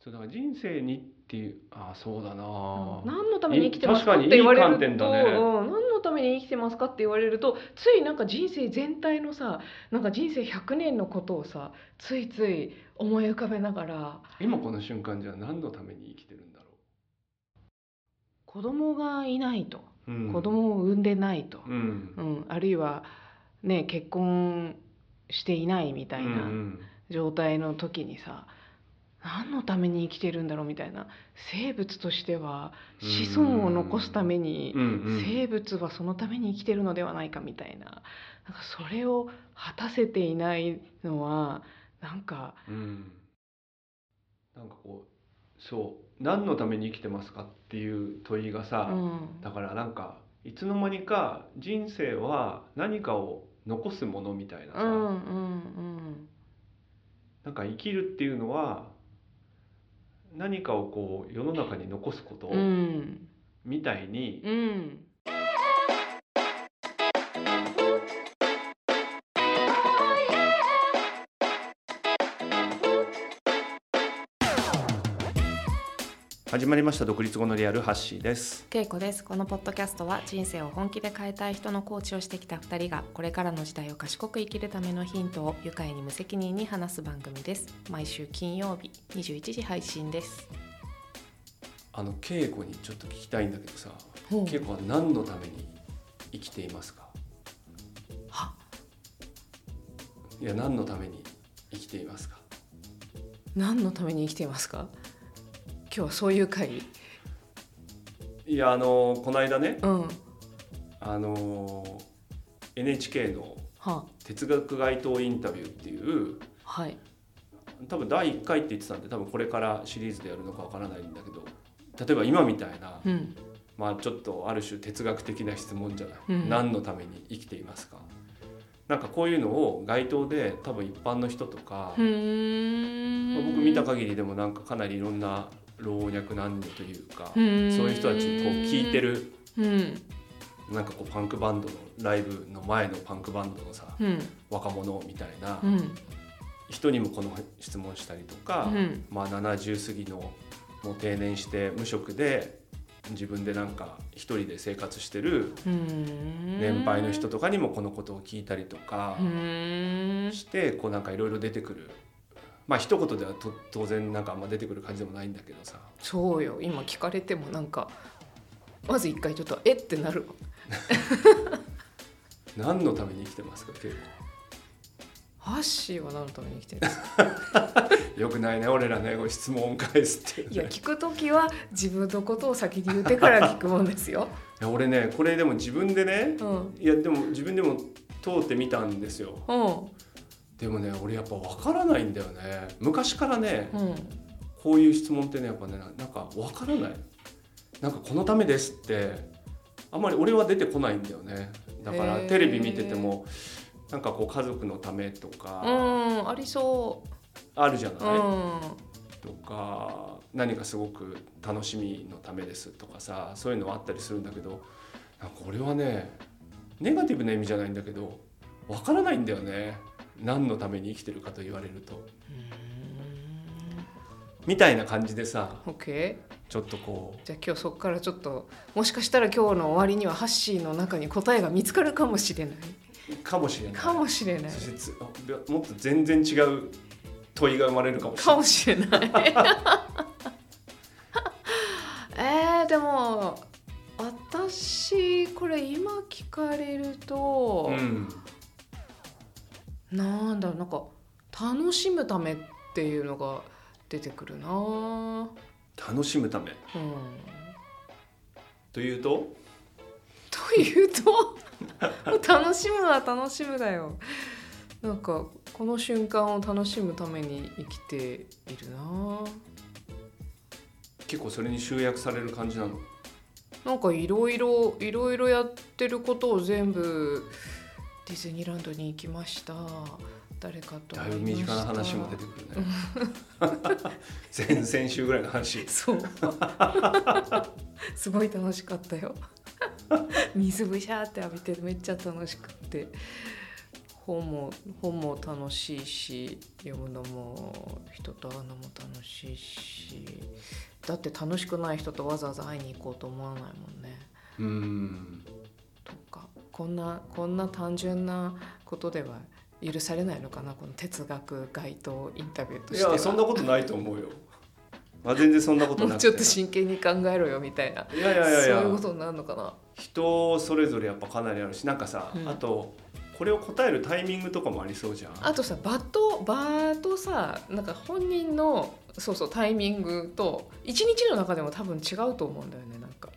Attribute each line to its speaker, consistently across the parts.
Speaker 1: そうだから人生にっていうああそうだなあ
Speaker 2: 何のために生きてますか
Speaker 1: い
Speaker 2: って言われ
Speaker 1: 確かにい
Speaker 2: る
Speaker 1: い観点
Speaker 2: と、
Speaker 1: だね
Speaker 2: うん何のために生きてますかって言われるとついなんか人生全体のさなんか人生100年のことをさついつい思い浮かべながら
Speaker 1: 今この瞬間じゃ何のために生きてるんだろ
Speaker 2: 子供がいないと
Speaker 1: う、うん、
Speaker 2: 子供を産んでないと、
Speaker 1: うん、うん
Speaker 2: うんあるいは、ね、結婚していないみたいな
Speaker 1: うん
Speaker 2: 状態の時にさ何のために生きてるんだろうみたいな生物としては子孫を残すために
Speaker 1: うんうん
Speaker 2: 生物はそのために生きてるのではないかみたいななんかそれを果たせていないのはなんか
Speaker 1: うん、なんかこうそう何のために生きてますかっていう問いが
Speaker 2: う
Speaker 1: さ、
Speaker 2: ん
Speaker 1: だからなんかいつの間にか人生は何かを残すものみたいな
Speaker 2: う
Speaker 1: さ、
Speaker 2: んうん
Speaker 1: なんか生きるっていうのは何かをこう世の中に残すこと
Speaker 2: うんうん
Speaker 1: みたいに、
Speaker 2: うん
Speaker 1: 始まりました独立後のリアルハッシーです
Speaker 3: けいこですこのポッドキャストは人生を本気で変えたい人のコーチをしてきた2人がこれからの時代を賢く生きるためのヒントを愉快に無責任に話す番組です毎週金曜日21時配信です
Speaker 1: あの稽古にちょっと聞きたいんだけどさ
Speaker 3: ほう
Speaker 1: 稽古は何のために生きていますか
Speaker 3: はい
Speaker 1: や何のために生きていますか
Speaker 3: 何のために生きていますか今日はそういう会
Speaker 1: いやあのこの間ね
Speaker 3: うんは
Speaker 1: あの NHK の
Speaker 3: あ
Speaker 1: 哲学街頭インタビューっていう
Speaker 3: はい
Speaker 1: 多分第1回って言ってたんで多分これからシリーズでやるのかわからないんだけど例えば今みたいな、
Speaker 3: うん
Speaker 1: まあ、ちょっとある種哲学的な質問じゃない、
Speaker 3: うん
Speaker 1: 何のために生きていますかなんかこういうのを街頭で多分一般の人とか、
Speaker 3: ふーん
Speaker 1: まあ僕見た限りでもなんかかなりいろんな老若男女というか、
Speaker 3: そう
Speaker 1: そういう人たちにこう聞いてる
Speaker 3: うん
Speaker 1: なんかこうパンクバンドのライブの前のパンクバンドのさ
Speaker 3: うん
Speaker 1: 若者みたいな
Speaker 3: うん
Speaker 1: 人にもこの質問したりとか、
Speaker 3: うん
Speaker 1: まあ、70過ぎのもう定年して無職で自分でなんか一人で生活してる
Speaker 3: うん
Speaker 1: 年配の人とかにもこのことを聞いたりとか
Speaker 3: うーん
Speaker 1: してこうなんかいろいろ出てくるまあ一言ではと当然なんかあんま出てくる感じでもないんだけどさ
Speaker 3: そうよ今聞かれてもなんかまず一回ちょっとえってなるわ
Speaker 1: 何のために生きてますか結
Speaker 3: ハッシーは何のために生きてるんですか
Speaker 1: 構よくないね俺らねこう質問返すっていうね
Speaker 3: いや聞く時は自分のことを先に言ってから聞くもんですよ、
Speaker 1: いや俺ねこれでも自分でね
Speaker 3: うん
Speaker 1: いやでも自分でも通ってみたんですよ
Speaker 3: うん
Speaker 1: でもね俺やっぱ分からないんだよね昔からね
Speaker 3: うん、
Speaker 1: こういう質問ってねやっぱねなんか分からないなんかこのためですってあんまり俺は出てこないんだよねだから
Speaker 3: へー
Speaker 1: テレビ見ててもなんかこう家族のためとか
Speaker 3: うん、ありそ
Speaker 1: あるじゃな
Speaker 3: う、
Speaker 1: い、
Speaker 3: うん
Speaker 1: とか何かすごく楽しみのためですとかさそういうのはあったりするんだけどなんか俺はねネガティブな意味じゃないんだけど分からないんだよね何のために生きてるかと言われるとみたいな感じでさ
Speaker 3: OK
Speaker 1: ちょっとこう
Speaker 3: じゃあ今日そこからちょっともしかしたら今日の終わりにはハッシーの中に答えが見つかるかもしれない
Speaker 1: かもしれない
Speaker 3: かもしれない
Speaker 1: そしてつあもっと全然違う問いが生まれるかもしれ
Speaker 3: か
Speaker 1: ない
Speaker 3: もしれないえー、でも私これ今聞かれると、
Speaker 1: うん
Speaker 3: なんだろうなんか楽しむためっていうのが出てくるなうん
Speaker 1: 楽しむためというと
Speaker 3: というともう楽しむは楽しむだよなんかこの瞬間を楽しむために生きているな
Speaker 1: 結構それに集約される感じなの
Speaker 3: なんかいろいろいろいろやってることを全部ディズニーランドに行きました誰かと
Speaker 1: だい
Speaker 3: 会
Speaker 1: ぶ身
Speaker 3: いまし
Speaker 1: 近
Speaker 3: た
Speaker 1: な話も出てくるね 先々週ぐらいの話
Speaker 3: そうすごい楽しかったよ水ぶしゃーって浴びてめっちゃ楽しくって本も本も楽しいし読むのも人と会うのも楽しいしだって楽しくない人とわざわざ会いに行こうと思わないもんね。
Speaker 1: うん
Speaker 3: とかこんなこんな単純なことでは許されないのかなこの哲学街頭インタビューと
Speaker 1: い
Speaker 3: しては
Speaker 1: やそんなことないと思うよあ全然そんなこと
Speaker 3: も
Speaker 1: な
Speaker 3: う
Speaker 1: くて
Speaker 3: ちょっと真剣に考えろよみたいない
Speaker 1: やいやいやいや
Speaker 3: そういうことになるのかな。
Speaker 1: 人それぞれやっぱかなりあるしなんかさ、
Speaker 3: うん
Speaker 1: あとこれを答えるタイミングとかもありそうじゃん
Speaker 3: あとさ場と場とさなんか本人のそうそうタイミングと一日の中でも多分違うと思うんだよねなんか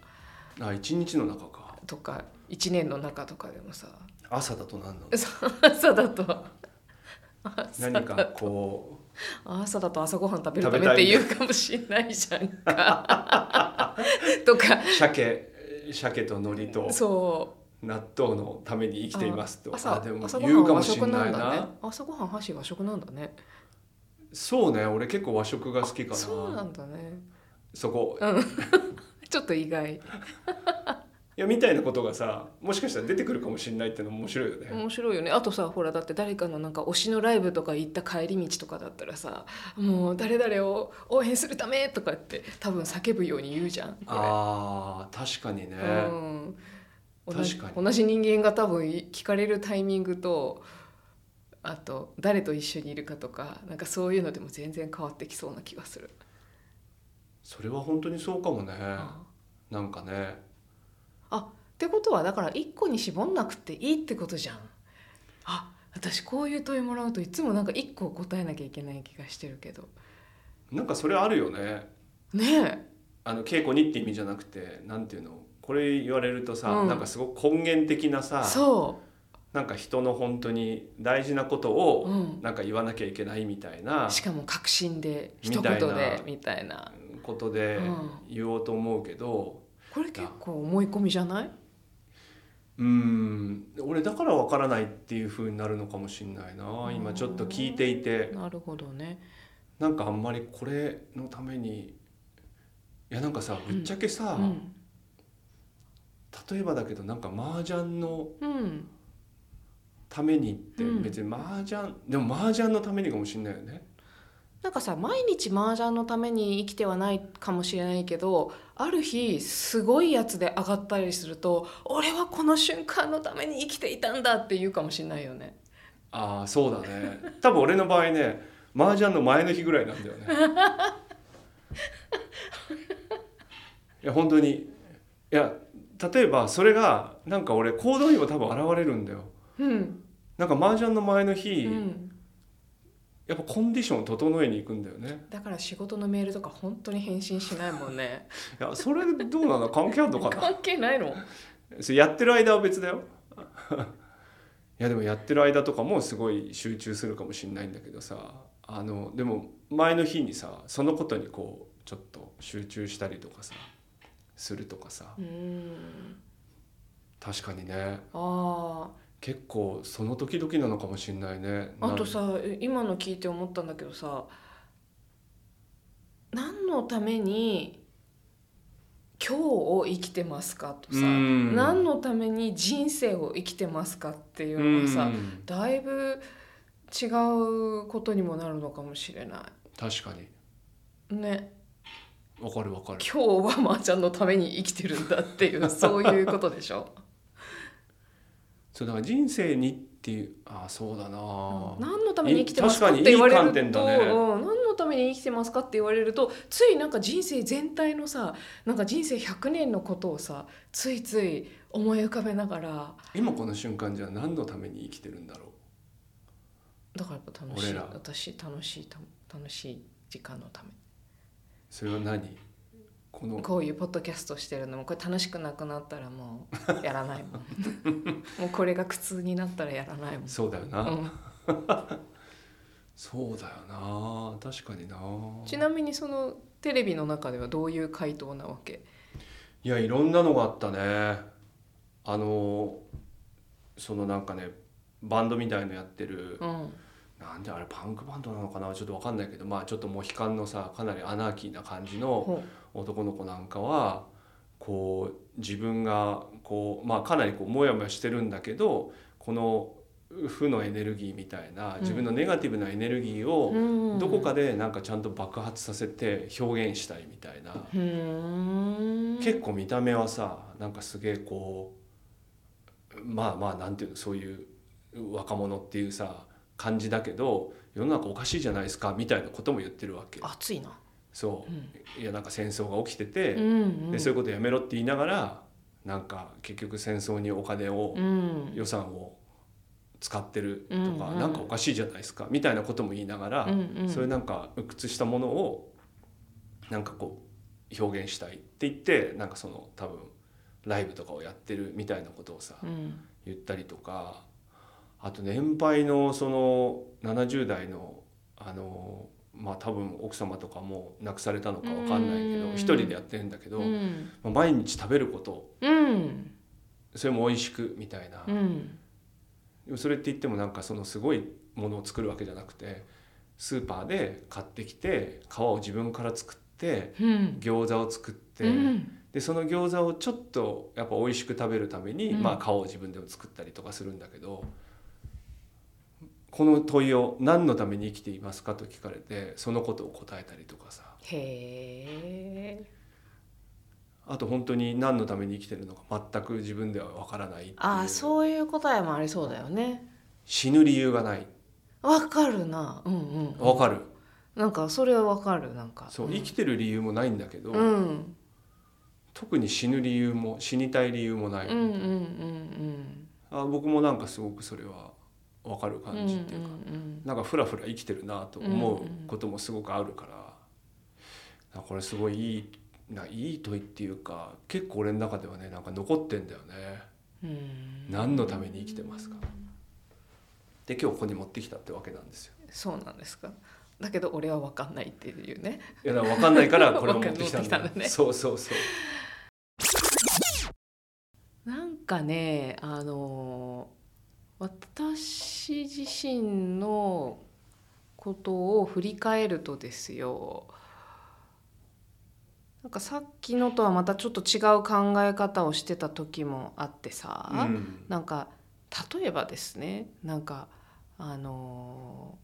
Speaker 1: あ一日の中か
Speaker 3: とか一年の中とかでもさ
Speaker 1: 朝だと何なの
Speaker 3: 朝だと朝
Speaker 1: 何
Speaker 3: だ
Speaker 1: かこ
Speaker 3: 朝だと朝ごはん食べるた
Speaker 1: 食べ
Speaker 3: めった
Speaker 1: い
Speaker 3: て
Speaker 1: みたい
Speaker 3: 言うかもしれないじゃんか とか
Speaker 1: う鮭鮭と海苔と
Speaker 3: そ
Speaker 1: 納豆のために生きています
Speaker 3: う
Speaker 1: と
Speaker 3: 朝
Speaker 1: あでも
Speaker 3: 朝ごは
Speaker 1: 言
Speaker 3: ん
Speaker 1: うか
Speaker 3: は和
Speaker 1: もし
Speaker 3: 食
Speaker 1: れ
Speaker 3: な
Speaker 1: なんい
Speaker 3: だね
Speaker 1: な
Speaker 3: 朝ごはん箸和食なんだね
Speaker 1: そうね俺結構和食が好きかな
Speaker 3: そうなんだね
Speaker 1: そこ
Speaker 3: ちょっと意外
Speaker 1: いやみたいなことがさもしかしたら出てくるかもしれないってのも面白いよね、
Speaker 3: 面白いよねあとさほらだって誰かのなんか推しのライブとか行った帰り道とかだったらさもう誰々を応援するためとかって多分叫ぶように言うじゃんこれ
Speaker 1: あー確かにね、
Speaker 3: うん同じ
Speaker 1: 確かに
Speaker 3: 同じ人間が多分聞かれるタイミングとあと誰と一緒にいるかとかなんかそういうのでも全然変わってきそうな気がする、
Speaker 1: それは本当にそうかもね、
Speaker 3: あ
Speaker 1: なんかね
Speaker 3: ってことはだから一個に絞んなくていいってことじゃんあ私こういう問いもらうといつもなんか一個答えなきゃいけない気がしてるけど
Speaker 1: なんかそれあるよね
Speaker 3: ねえ
Speaker 1: あの稽古にって意味じゃなくてなんていうのこれ言われるとさ、
Speaker 3: うん
Speaker 1: なんかすごく根源的なさ
Speaker 3: そ
Speaker 1: なんか人の本当に大事なこと
Speaker 3: う、
Speaker 1: を
Speaker 3: うん、
Speaker 1: なんか言わなきゃいけないみたいな
Speaker 3: しかも確信で
Speaker 1: み
Speaker 3: 一言
Speaker 1: たいな
Speaker 3: でみたいな
Speaker 1: ことで
Speaker 3: う
Speaker 1: 言おうと思うけど
Speaker 3: これ結構思い込みじゃない
Speaker 1: うん俺だからわからないっていう風になるのかもしんないな今ちょっと聞いていて
Speaker 3: なるほどね
Speaker 1: なんかあんまりこれのためにいやなんかさぶっちゃけさ、
Speaker 3: うん、
Speaker 1: 例えばだけどなんか麻雀の
Speaker 3: うん、
Speaker 1: ためにって
Speaker 3: うん
Speaker 1: 別に麻雀、でも麻雀のためにかもしんないよね
Speaker 3: なんかさ毎日麻雀のために生きてはないかもしれないけどある日すごいやつで上がったりすると俺はこの瞬間のために生きていたんだって言うかもしれないよね
Speaker 1: ああそうだね多分俺の場合ね麻雀の前の日ぐらいなんだよ ねいや本当にいや例えばそれがなんか俺行動にも多分現れるんだよ
Speaker 3: うん、
Speaker 1: なんか麻雀の前の
Speaker 3: う
Speaker 1: 日、
Speaker 3: ん、
Speaker 1: やっぱコンディションを整えに行くんだよね
Speaker 3: だから仕事のメールとか本当に返信しないもんね
Speaker 1: いやそれどうなの関係あるのかな
Speaker 3: 関係ないの
Speaker 1: それやってる間は別だよ いやでもやってる間とかもすごい集中するかもしれないんだけどさあのでも前の日にさそのことにこうちょっと集中したりとかさするとかさ
Speaker 3: うん
Speaker 1: 確かにね
Speaker 3: ああ
Speaker 1: 結構その時々なのかもしれないね
Speaker 3: あと
Speaker 1: なん
Speaker 3: さえ今の聞いて思ったんだけどさ何のために今日を生きてますかとさ
Speaker 1: うん
Speaker 3: 何のために人生を生きてますかっていうのが
Speaker 1: う
Speaker 3: さ
Speaker 1: ん
Speaker 3: だいぶ違うことにもなるのかもしれな
Speaker 1: 確かに
Speaker 3: い。ね
Speaker 1: わかるわかる
Speaker 3: 今日はまーちゃんのために生きてるんだっていうそういうことでしょ。
Speaker 1: そうだから人生にっていうあそうだな
Speaker 3: 何のために生きてますかって言われ
Speaker 1: 確かにいい観点
Speaker 3: ると、
Speaker 1: だね
Speaker 3: うん何のために生きてますかって言われるとついなんか人生全体のさなんか人生100年のことをさついつい思い浮かべながら
Speaker 1: 今この瞬間じゃ何のために生きてるんだろう
Speaker 3: だからやっぱ楽しい
Speaker 1: 俺ら
Speaker 3: 私楽しいた楽しい時間のた
Speaker 1: それは何この
Speaker 3: めこういうポッドキャストしてるのもこれ楽しくなくなったらもうやらないもん もうこれが苦痛になったらやらないもん、
Speaker 1: そうだよな、
Speaker 3: うん
Speaker 1: そうだよな確かにな
Speaker 3: ちなみにそのテレビの中ではどういう回答なわけ
Speaker 1: いやいろんなのがあったねあのそのなんかねバンドみたいのやってる、
Speaker 3: うん
Speaker 1: なんであれパンクバンドなのかなちょっと分かんないけどまあちょっとモヒカンのさかなりアナーキーな感じの
Speaker 3: ほ
Speaker 1: 男の子なんかはこう自分がこうまあかなりこうモヤモヤしてるんだけどこの負のエネルギーみたいな自分のネガティブなエネルギーをどこかでなんかちゃんと爆発させて表現したいみたいな、結構見た目はさなんかすげえこうまあまあなんていうのそういう若者っていうさ感じだけど世の中おかしいじゃないですかみたいなことも言ってるわけ
Speaker 3: 熱いな、
Speaker 1: そうういやなんか戦争が起きてて、
Speaker 3: んうん
Speaker 1: でそういうことやめろって言いながらなんか結局戦争にお金を、
Speaker 3: うん
Speaker 1: 予算を使ってるとか、
Speaker 3: うんうん
Speaker 1: なんかおかしいじゃないですかみたいなことも言いながら、
Speaker 3: うんうん
Speaker 1: そういうなんか鬱屈したものをなんかこう表現したいって言ってなんかその多分ライブとかをやってるみたいなことをさ、
Speaker 3: うん
Speaker 1: 言ったりとかあと年配のその70代のあのまあ多分奥様とかも亡くされたのかわかんないけ
Speaker 3: うん
Speaker 1: ど一人でやってるんだけど、
Speaker 3: うん
Speaker 1: まあ毎日食べること
Speaker 3: うん
Speaker 1: それも美味しくみたいな、
Speaker 3: うん
Speaker 1: でもそれって言ってもなんかそのすごいものを作るわけじゃなくてスーパーで買ってきて皮を自分から作って
Speaker 3: うん
Speaker 1: 餃子を作って、
Speaker 3: うん
Speaker 1: でその餃子をちょっとやっぱ美味しく食べるために、
Speaker 3: うん
Speaker 1: まあ皮を自分でも作ったりとかするんだけどこの問いを「何のために生きていますか?」と聞かれてそのことを答えたりとかさ
Speaker 3: へえ
Speaker 1: あと本当に何のために生きてるのか全く自分ではわからないっていう
Speaker 3: ああそういう答えもありそうだよね
Speaker 1: 死ぬ理由がない
Speaker 3: わかるなうんうん
Speaker 1: わかる
Speaker 3: なんかそれはわかるなんか
Speaker 1: そう、
Speaker 3: ん
Speaker 1: 生きてる理由もないんだけど、
Speaker 3: うん
Speaker 1: 特に死ぬ理由も死にたい理由もない、
Speaker 3: うんうんうん
Speaker 1: あ僕もなんかすごくそれはわかる
Speaker 3: うん
Speaker 1: 感じっていうか、
Speaker 3: うんうん
Speaker 1: なんかフラフラ生きてるなと思ううん
Speaker 3: うん
Speaker 1: こともすごくあるから、なんかこれすごいいいないい問いっていうか結構俺の中ではねなんか残ってんだよね
Speaker 3: うん
Speaker 1: 何のために生きてますかで今日ここに持ってきたってわけなんですよ
Speaker 3: そうなんですかだけど俺は分かんないっていうね
Speaker 1: いやだから分かんない からこれを持ってきたんだ
Speaker 3: 持ってきたんだね
Speaker 1: そうそうそう
Speaker 3: なんかねあの私自身のことを振り返るとですよなんかさっきのとはまたちょっと違う考え方をしてた時もあってさ、
Speaker 1: うん
Speaker 3: なんか例えばですねなんかあの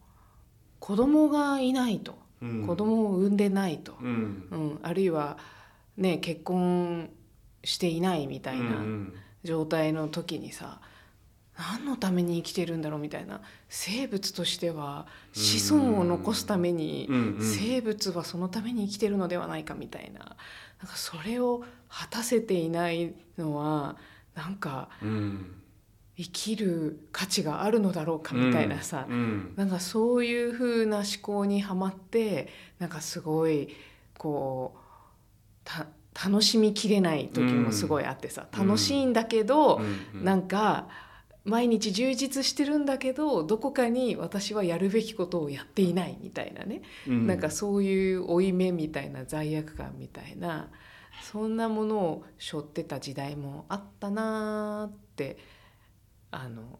Speaker 3: 子供がいないと
Speaker 1: うん
Speaker 3: 子供を産んでないと、
Speaker 1: うん
Speaker 3: うん、あるいは、ね、結婚していないみたいな状態の時にさ、何のために生きてるんだろうみたいな生物としては子孫を残すために
Speaker 1: うんうん
Speaker 3: 生物はそのために生きてるのではないかみたいななんかそれを果たせていないのはなんか
Speaker 1: うん
Speaker 3: 生きる価値があるのだろうかみたいなさ、
Speaker 1: うん
Speaker 3: なんかそういう風な思考にはまってなんかすごいこうた楽しみきれない時もすごいあってさ、
Speaker 1: うん
Speaker 3: 楽しいんだけど、
Speaker 1: うん
Speaker 3: なんか毎日充実してるんだけどどこかに私はやるべきことをやっていないみたいなね、
Speaker 1: うん
Speaker 3: なんかそういう負い目みたいな罪悪感みたいなそんなものを背負ってた時代もあったなーってあの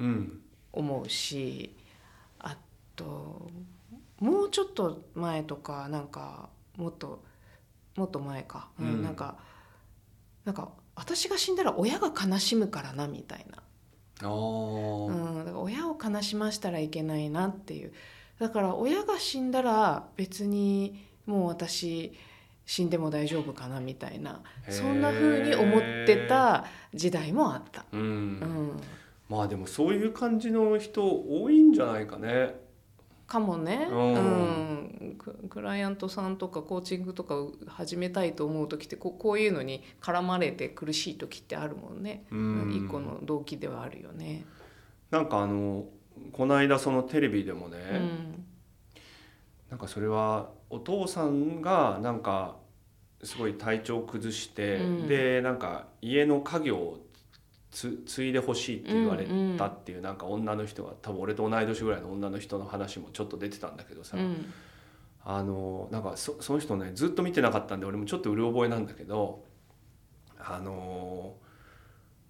Speaker 1: うん
Speaker 3: 思うしあともうちょっと前とかなんかもっともっと前か、うん
Speaker 1: うん
Speaker 3: なんかなんか私が死んだら親が悲しむからなみたいな、
Speaker 1: あ
Speaker 3: う
Speaker 1: ー
Speaker 3: ん、だから親を悲しましたらいけないなっていうだから親が死んだら別にもう私死んでも大丈夫かなみたいなそんな風に思ってた時代もあった。
Speaker 1: う、
Speaker 3: うんん、
Speaker 1: まあでもそういう感じの人多いんじゃないかね。
Speaker 3: かもね、う、
Speaker 1: うん
Speaker 3: ククライアントさんとかコーチングとかを始めたいと思う時ってこうこういうのに絡まれて苦しい時ってあるもんね、
Speaker 1: う
Speaker 3: うん
Speaker 1: ん、
Speaker 3: 一個の動機ではあるよね。
Speaker 1: なんかあのこの間そのテレビでもね、
Speaker 3: うん
Speaker 1: なんかそれはお父さんがなんかすごい体調を崩して、
Speaker 3: うん
Speaker 1: でなんか家の家業をつ継いでほしいって言われたっていう、なんか女の人が多分俺と同い年ぐらいの女の人の話もちょっと出てたんだけどさ、
Speaker 3: うん
Speaker 1: あのなんかそその人ねずっと見てなかったんで俺もちょっとうる覚えなんだけどあの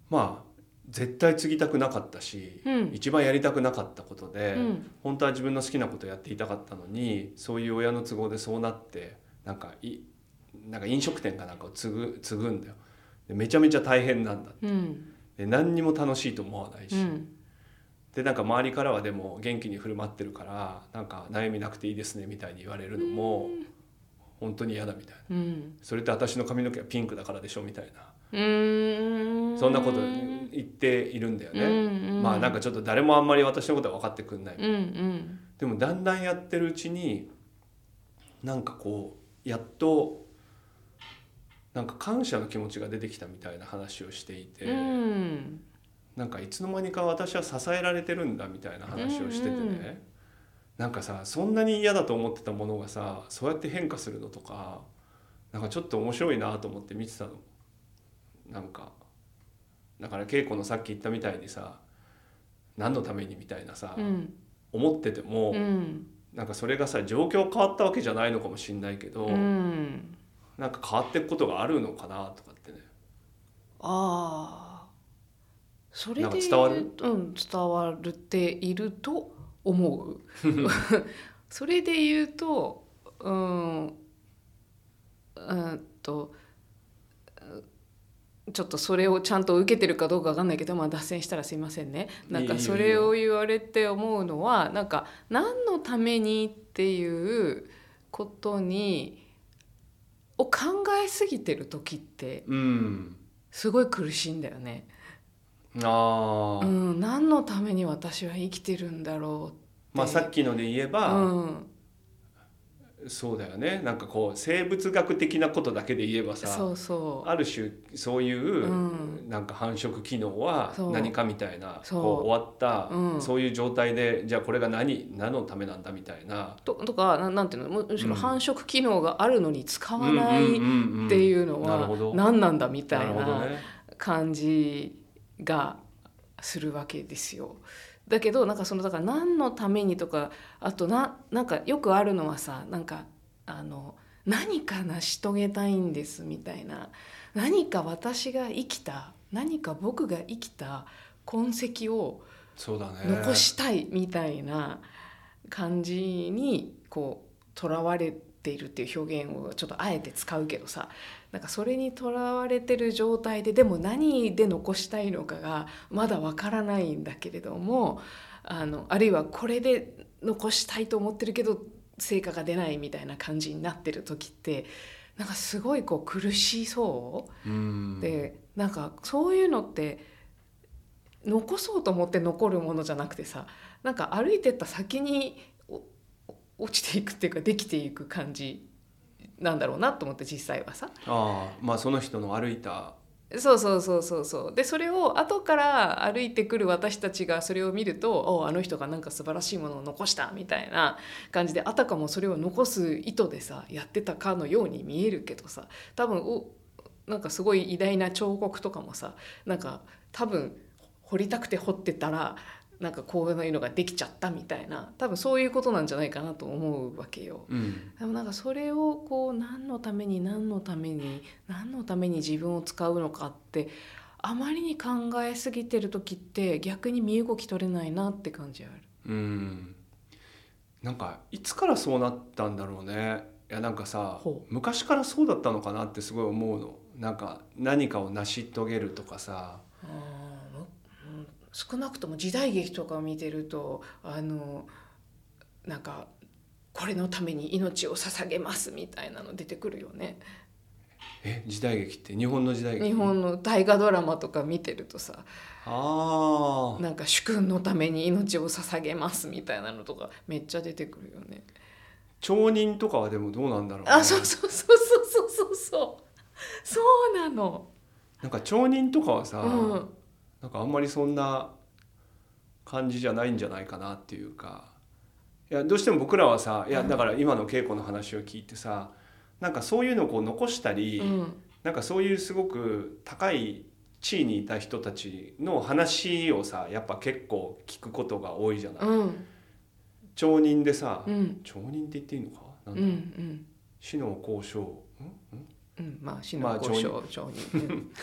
Speaker 1: まあ絶対継ぎたくなかったし、
Speaker 3: うん
Speaker 1: 一番やりたくなかったことで、
Speaker 3: うん
Speaker 1: 本当は自分の好きなことをやっていたかったのにそういう親の都合でそうなってなんかいなんか飲食店かなんかを継ぐ継ぐんだよでめちゃめちゃ大変なんだ
Speaker 3: うん
Speaker 1: で何にも楽しいと思わないし、
Speaker 3: うん
Speaker 1: でなんか周りからはでも元気に振る舞ってるからなんか悩みなくていいですねみたいに言われるのも本当に嫌だみたいな
Speaker 3: うん
Speaker 1: それって私の髪の毛はピンクだからでしょみたいな
Speaker 3: うーん
Speaker 1: そんなこと言っているんだよ
Speaker 3: う
Speaker 1: ね。
Speaker 3: んうん
Speaker 1: まあなんかちょっと誰もあんまり私のことは分かってくんない
Speaker 3: うんうん
Speaker 1: でもだんだんやってるうちになんかこうやっとなんか感謝の気持ちが出てきたみたいな話をしていて、
Speaker 3: うん
Speaker 1: なんかいつの間にか私は支えられてるんだみたいな話をしててね、
Speaker 3: うんうん
Speaker 1: なんかさそんなに嫌だと思ってたものがさそうやって変化するのとかなんかちょっと面白いなと思って見てたのなんかだから稽古のさっき言ったみたいにさ何のためにみたいなさ、
Speaker 3: うん
Speaker 1: 思ってても、
Speaker 3: うん
Speaker 1: なんかそれがさ状況変わったわけじゃないのかもしれないけど、
Speaker 3: うん
Speaker 1: なんか変わっていくことがあるのかなとかってね
Speaker 3: ああそれで
Speaker 1: なんか伝わる
Speaker 3: うん、伝わるっていると思 うそれで言うとうんうんとうんちょっとそれをちゃんと受けてるかどうかわかんないけど、まあ、脱線したらすいませんねなん
Speaker 1: い
Speaker 3: か
Speaker 1: いよ
Speaker 3: それを言われて思うのはなんか何のためにっていうことにを考えすぎてる時って
Speaker 1: うん
Speaker 3: すごい苦しいんだよね。
Speaker 1: あ
Speaker 3: う
Speaker 1: ー、
Speaker 3: ん、何のために私は生きてるんだろ
Speaker 1: まあさっきので言え
Speaker 3: う。う
Speaker 1: ば、
Speaker 3: ん、
Speaker 1: そうだよねなんかこう生物学的なことだけで言えば
Speaker 3: そ
Speaker 1: さ
Speaker 3: うそう。
Speaker 1: ある種そういう、
Speaker 3: うん
Speaker 1: なんか繁殖機能は
Speaker 3: そう
Speaker 1: 何かみたいな
Speaker 3: そう
Speaker 1: こう終わった、
Speaker 3: うん
Speaker 1: そういう状態でじゃあこれが何何のためなんだみたいな。
Speaker 3: ととかななんていうのむむしろ
Speaker 1: うん
Speaker 3: 繁殖機能があるのに使わないっ
Speaker 1: って
Speaker 3: いうの
Speaker 1: なる
Speaker 3: は
Speaker 1: ほど
Speaker 3: 何なんだみ
Speaker 1: な
Speaker 3: た
Speaker 1: る
Speaker 3: い
Speaker 1: ほど
Speaker 3: な
Speaker 1: ね。
Speaker 3: 感じがするわけですよ。だけどなんかそのだから何のためにとかあとななんかよくあるのはさなんかあの何か成し遂げたいんですみたいな何か私が生きた何か僕が生きた痕跡を
Speaker 1: そうだね。
Speaker 3: 残したいみたいな感じにこうとらわれているっていう表現をちょっとあえて使うけどさなんかそれにとらわれてる状態ででも何で残したいのかがまだわからないんだけれどもあのあるいはこれで残したいと思ってるけど成果が出ないみたいな感じになってる時ってなんかすごいこう苦しそう
Speaker 1: うん
Speaker 3: でなんかそういうのって残そうと思って残るものじゃなくてさなんか歩いてった先におお落ちていくっていうかできていく感じなんだろうなと思って実際はさ
Speaker 1: ああまあその人の歩いた
Speaker 3: そうそうそうそうそうでそれを後から歩いてくる私たちがそれを見ると「おあの人がなんか素晴らしいものを残した」みたいな感じであたかもそれを残す意図でさやってたかのように見えるけどさ多分おなんかすごい偉大な彫刻とかもさなんか多分掘りたくて掘ってたらなんかこういうのができちゃったみたいな多分そういうことなんじゃないかなと思うわけよ。
Speaker 1: うん
Speaker 3: でもなんかそれをこう何のために何のために何のために自分を使うのかってあまりに考えすぎてる時って逆に身動き取れないなって感じある。
Speaker 1: うんなんかいつからそうなったんだろうねいやなんかさ
Speaker 3: ほ
Speaker 1: 昔からそうだったのかなってすごい思うのなんか何かを成し遂げるとかさ
Speaker 3: うん少なくとも時代劇とかを見てるとあのなんかこれのために命を捧げますみたいなの出てくるよね。
Speaker 1: え時代劇って日本の時代劇
Speaker 3: 日本の大河ドラマとか見てるとさ
Speaker 1: ああ
Speaker 3: なんか主君のために命を捧げますみたいなのとかめっちゃ出てくるよね。
Speaker 1: 町人とかはでもどうなんだろう、ね、
Speaker 3: あ、そうそうそうそうそうそうそう。そうなの。
Speaker 1: なんか町人とかはさ、
Speaker 3: うん。
Speaker 1: なんかあんまりそんな感じじゃないんじゃないかなっていうかいやどうしても僕らはさいや
Speaker 3: うん
Speaker 1: だから今の稽古の話を聞いてさなんかそういうのをこう残したり、
Speaker 3: うん。
Speaker 1: なんかそういうすごく高い地位にいた人たちの話をさやっぱ結構聞くことが多いじゃない。
Speaker 3: うん。
Speaker 1: 町人でさ、
Speaker 3: うん。
Speaker 1: 町人って言っていいのかな
Speaker 3: うんん。
Speaker 1: だ、
Speaker 3: うん。
Speaker 1: 死の交渉んん
Speaker 3: うん。まあ、死
Speaker 1: ま
Speaker 3: の
Speaker 1: あ
Speaker 3: 交渉、承認。うん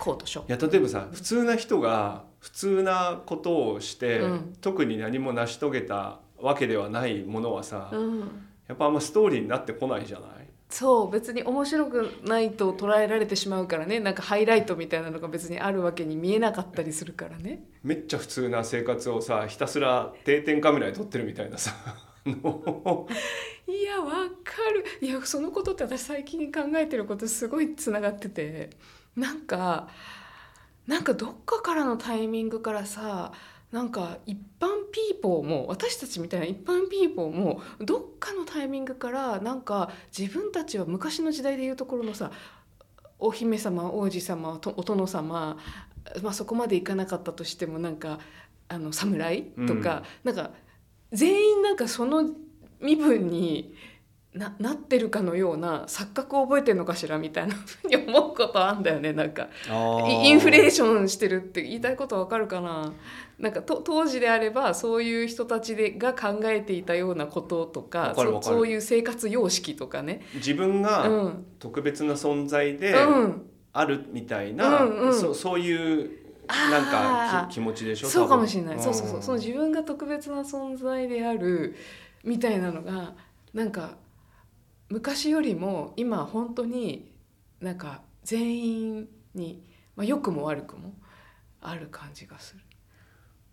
Speaker 3: コートショ
Speaker 1: いや例えばさ普通な人が普通なことをして、
Speaker 3: うん
Speaker 1: 特に何も成し遂げたわけではないものはさ、
Speaker 3: うん。
Speaker 1: やっぱあんまストーリーになってこないじゃない
Speaker 3: そう別に面白くないと捉えられてしまうからねなんかハイライトみたいなのが別にあるわけに見えなかったりするからね
Speaker 1: めっちゃ普通な生活をさひたすら定点カメラで撮ってるみたいなさ の
Speaker 3: いやわかるいやそのことって私最近考えてることすごいつながっててなんかなんかどっかからのタイミングからさなんか一般ピーポーも私たちみたいな一般ピーポーもどっかのタイミングからなんか自分たちは昔の時代でいうところのさお姫様王子様とお殿様、まあ、そこまでいかなかったとしてもなんかあの侍とか、なんか全員なんかその身分にななってるかのような錯覚を覚えてるのかしらみたいなふうに思うことあんだよねなんかイインフレーションしてるって言いたいことわかるかななんかと当時であればそういう人たちでが考えていたようなこととか
Speaker 1: わかる
Speaker 3: そ
Speaker 1: わかる
Speaker 3: そういう生活様式とかね。
Speaker 1: 自分
Speaker 3: う
Speaker 1: が
Speaker 3: ん
Speaker 1: 特別な存在で
Speaker 3: うん、
Speaker 1: あるみたいな、
Speaker 3: うんうん
Speaker 1: そそういうなん
Speaker 3: あ
Speaker 1: か
Speaker 3: ー
Speaker 1: き気持ちでしょ
Speaker 3: そうかも
Speaker 1: 多分
Speaker 3: しれない、そうそうそうその自分が特別な存在であるみたいなのがなんか昔よりも今本当になんか全員に、まあ、良くも悪くもある感じがする。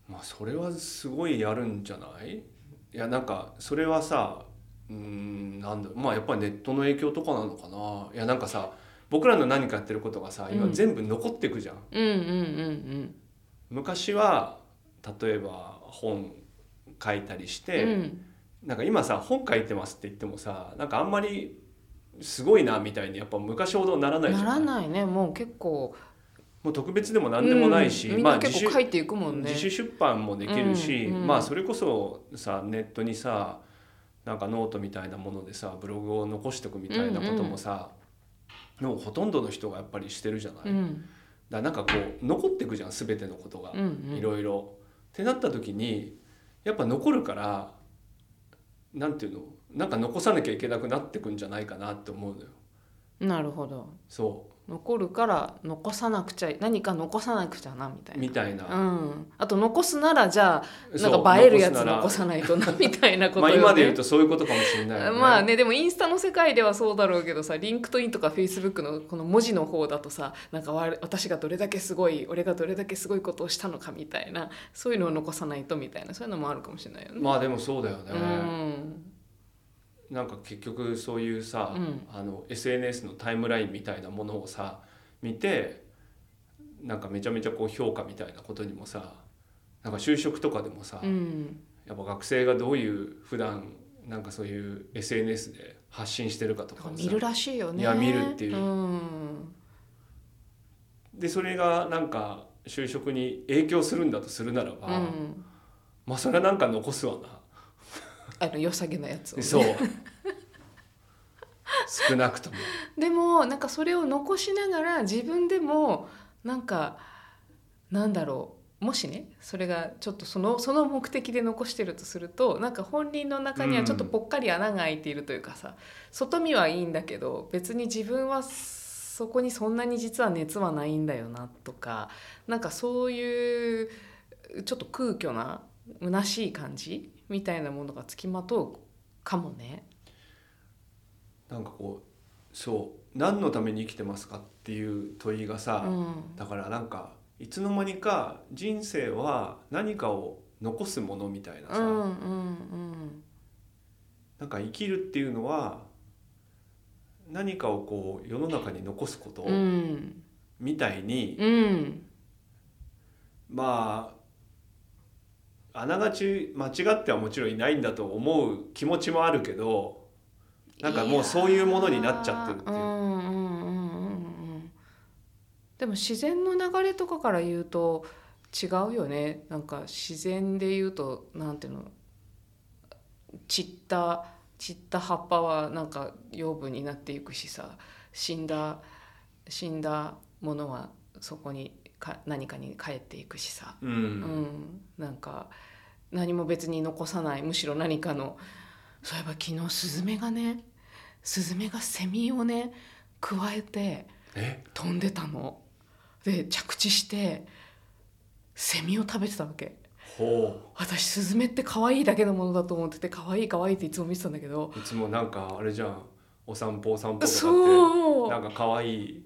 Speaker 1: まあ、それはすごいやるんじゃないいやなんかそれはさうーんなんだまあやっぱりネットの影響とかなのかないやなんかさ僕らの何かやってることがさ今
Speaker 3: うん
Speaker 1: 全部残ってくじゃん。
Speaker 3: うんうんうん
Speaker 1: 昔は例えば本書いたりし
Speaker 3: うん
Speaker 1: て、なんか今さ本書いてますって言ってもさなんかあんまりすごいなみたいにやっぱ昔ほどなら
Speaker 3: う、
Speaker 1: なんいじ
Speaker 3: な
Speaker 1: ゃ
Speaker 3: ら
Speaker 1: ん。
Speaker 3: ないねもう結構
Speaker 1: もう特別でも何でもないし、
Speaker 3: うんみん
Speaker 1: ま
Speaker 3: な
Speaker 1: あ自
Speaker 3: 結
Speaker 1: 主
Speaker 3: 構書いていくもんね、
Speaker 1: 自主出版もできるし、
Speaker 3: うんうん
Speaker 1: まあそれこそさネットにさなんかノートみたいなものでさブログを残しておくみたいなこともさ、でもほとんどの人がやっぱりしてるじゃない。だか
Speaker 3: うん
Speaker 1: らなんかこう残ってくじゃん全てのことが
Speaker 3: う、んうん、
Speaker 1: いろいろ。ってなった時にやっぱ残るからなんていうのなんか残さなきゃいけなくなってくんじゃないかなって思うのよ。
Speaker 3: なるほど
Speaker 1: そ
Speaker 3: 残るから残さなくちゃ何か残さなくちゃなみた
Speaker 1: う
Speaker 3: いな。
Speaker 1: みたいな。
Speaker 3: うん、あと残すならじゃあ
Speaker 1: そ
Speaker 3: な
Speaker 1: うん
Speaker 3: か映えるや
Speaker 1: 残
Speaker 3: つ
Speaker 1: すなら
Speaker 3: 残さないとな みたいなこと
Speaker 1: まあ
Speaker 3: よね
Speaker 1: 今で言うとそういうことかもしれないよね。
Speaker 3: まあねでもインスタの世界ではそうだろうけどさリンクトインとかフェイスブックのこの文字の方だとさなんかわ私がどれだけすごい俺がどれだけすごいことをしたのかみたいなそういうのを残さないとみたいなそういうのもあるかもしれないよね。
Speaker 1: まあでもそうだよね。
Speaker 3: うん
Speaker 1: なんか結局そういうさ、
Speaker 3: うん
Speaker 1: あの SNS のタイムラインみたいなものをさ見てなんかめちゃめちゃこう評価みたいなことにもさなんか就職とかでもさ、
Speaker 3: うん
Speaker 1: やっぱ学生がどういう普段なんかそういう SNS で発信してるかと
Speaker 3: な
Speaker 1: か
Speaker 3: んか
Speaker 1: をさ
Speaker 3: 見るらしいよね。
Speaker 1: いや見るっていう
Speaker 3: うん
Speaker 1: でそれがなんか就職に影響するんだとするならば、
Speaker 3: うん、
Speaker 1: まあそれはなんか残すわな。
Speaker 3: あの良さげなやつをね、
Speaker 1: そう少なくとも
Speaker 3: でもなんかそれを残しながら自分でもなんかなんだろうもしねそれがちょっとそのその目的で残してるとするとなんか本人の中にはちょっとぽっかり穴が開いているというかさ、外見はいいんだけど別に自分はそこにそんなに実は熱はないんだよなとかなんかそういうちょっと空虚な虚しい感じみたいなものがつきまとうかもね。
Speaker 1: なんかこうそう何のために生きてますかっていう問いがさ、
Speaker 3: うん
Speaker 1: だからなんかいつの間にか人生は何かを残すものみたいな
Speaker 3: う
Speaker 1: さ、
Speaker 3: んうん
Speaker 1: なんか生きるっていうのは何かをこう世の中に残すこと
Speaker 3: うんうん
Speaker 1: みたいに、
Speaker 3: うん
Speaker 1: まああながち間違ってはもちろんいないんだと思う気持ちもあるけどなんかもうそういうものになっちゃってるっていう
Speaker 3: やーうんうんうんうんうんでも自然の流れとかから言うと違うよねなんか自然で言うとなんていうの散った散った葉っぱはなんか養分になっていくしさ死んだ死んだものはそこにか何かに帰っていくしさ
Speaker 1: うん
Speaker 3: うん、なんか何も別に残さないむしろ何かのそういえば昨日スズメがねスズメがセミをねくわえて
Speaker 1: え
Speaker 3: 飛んでたの。で着地してセミを食べてたわけ。
Speaker 1: ほう
Speaker 3: 私スズメって可愛いだけのものだと思ってて可愛い可愛いっていつも見てたんだけど
Speaker 1: いつもなんかあれじゃんお散歩お散歩とかって
Speaker 3: そう
Speaker 1: なんか可愛い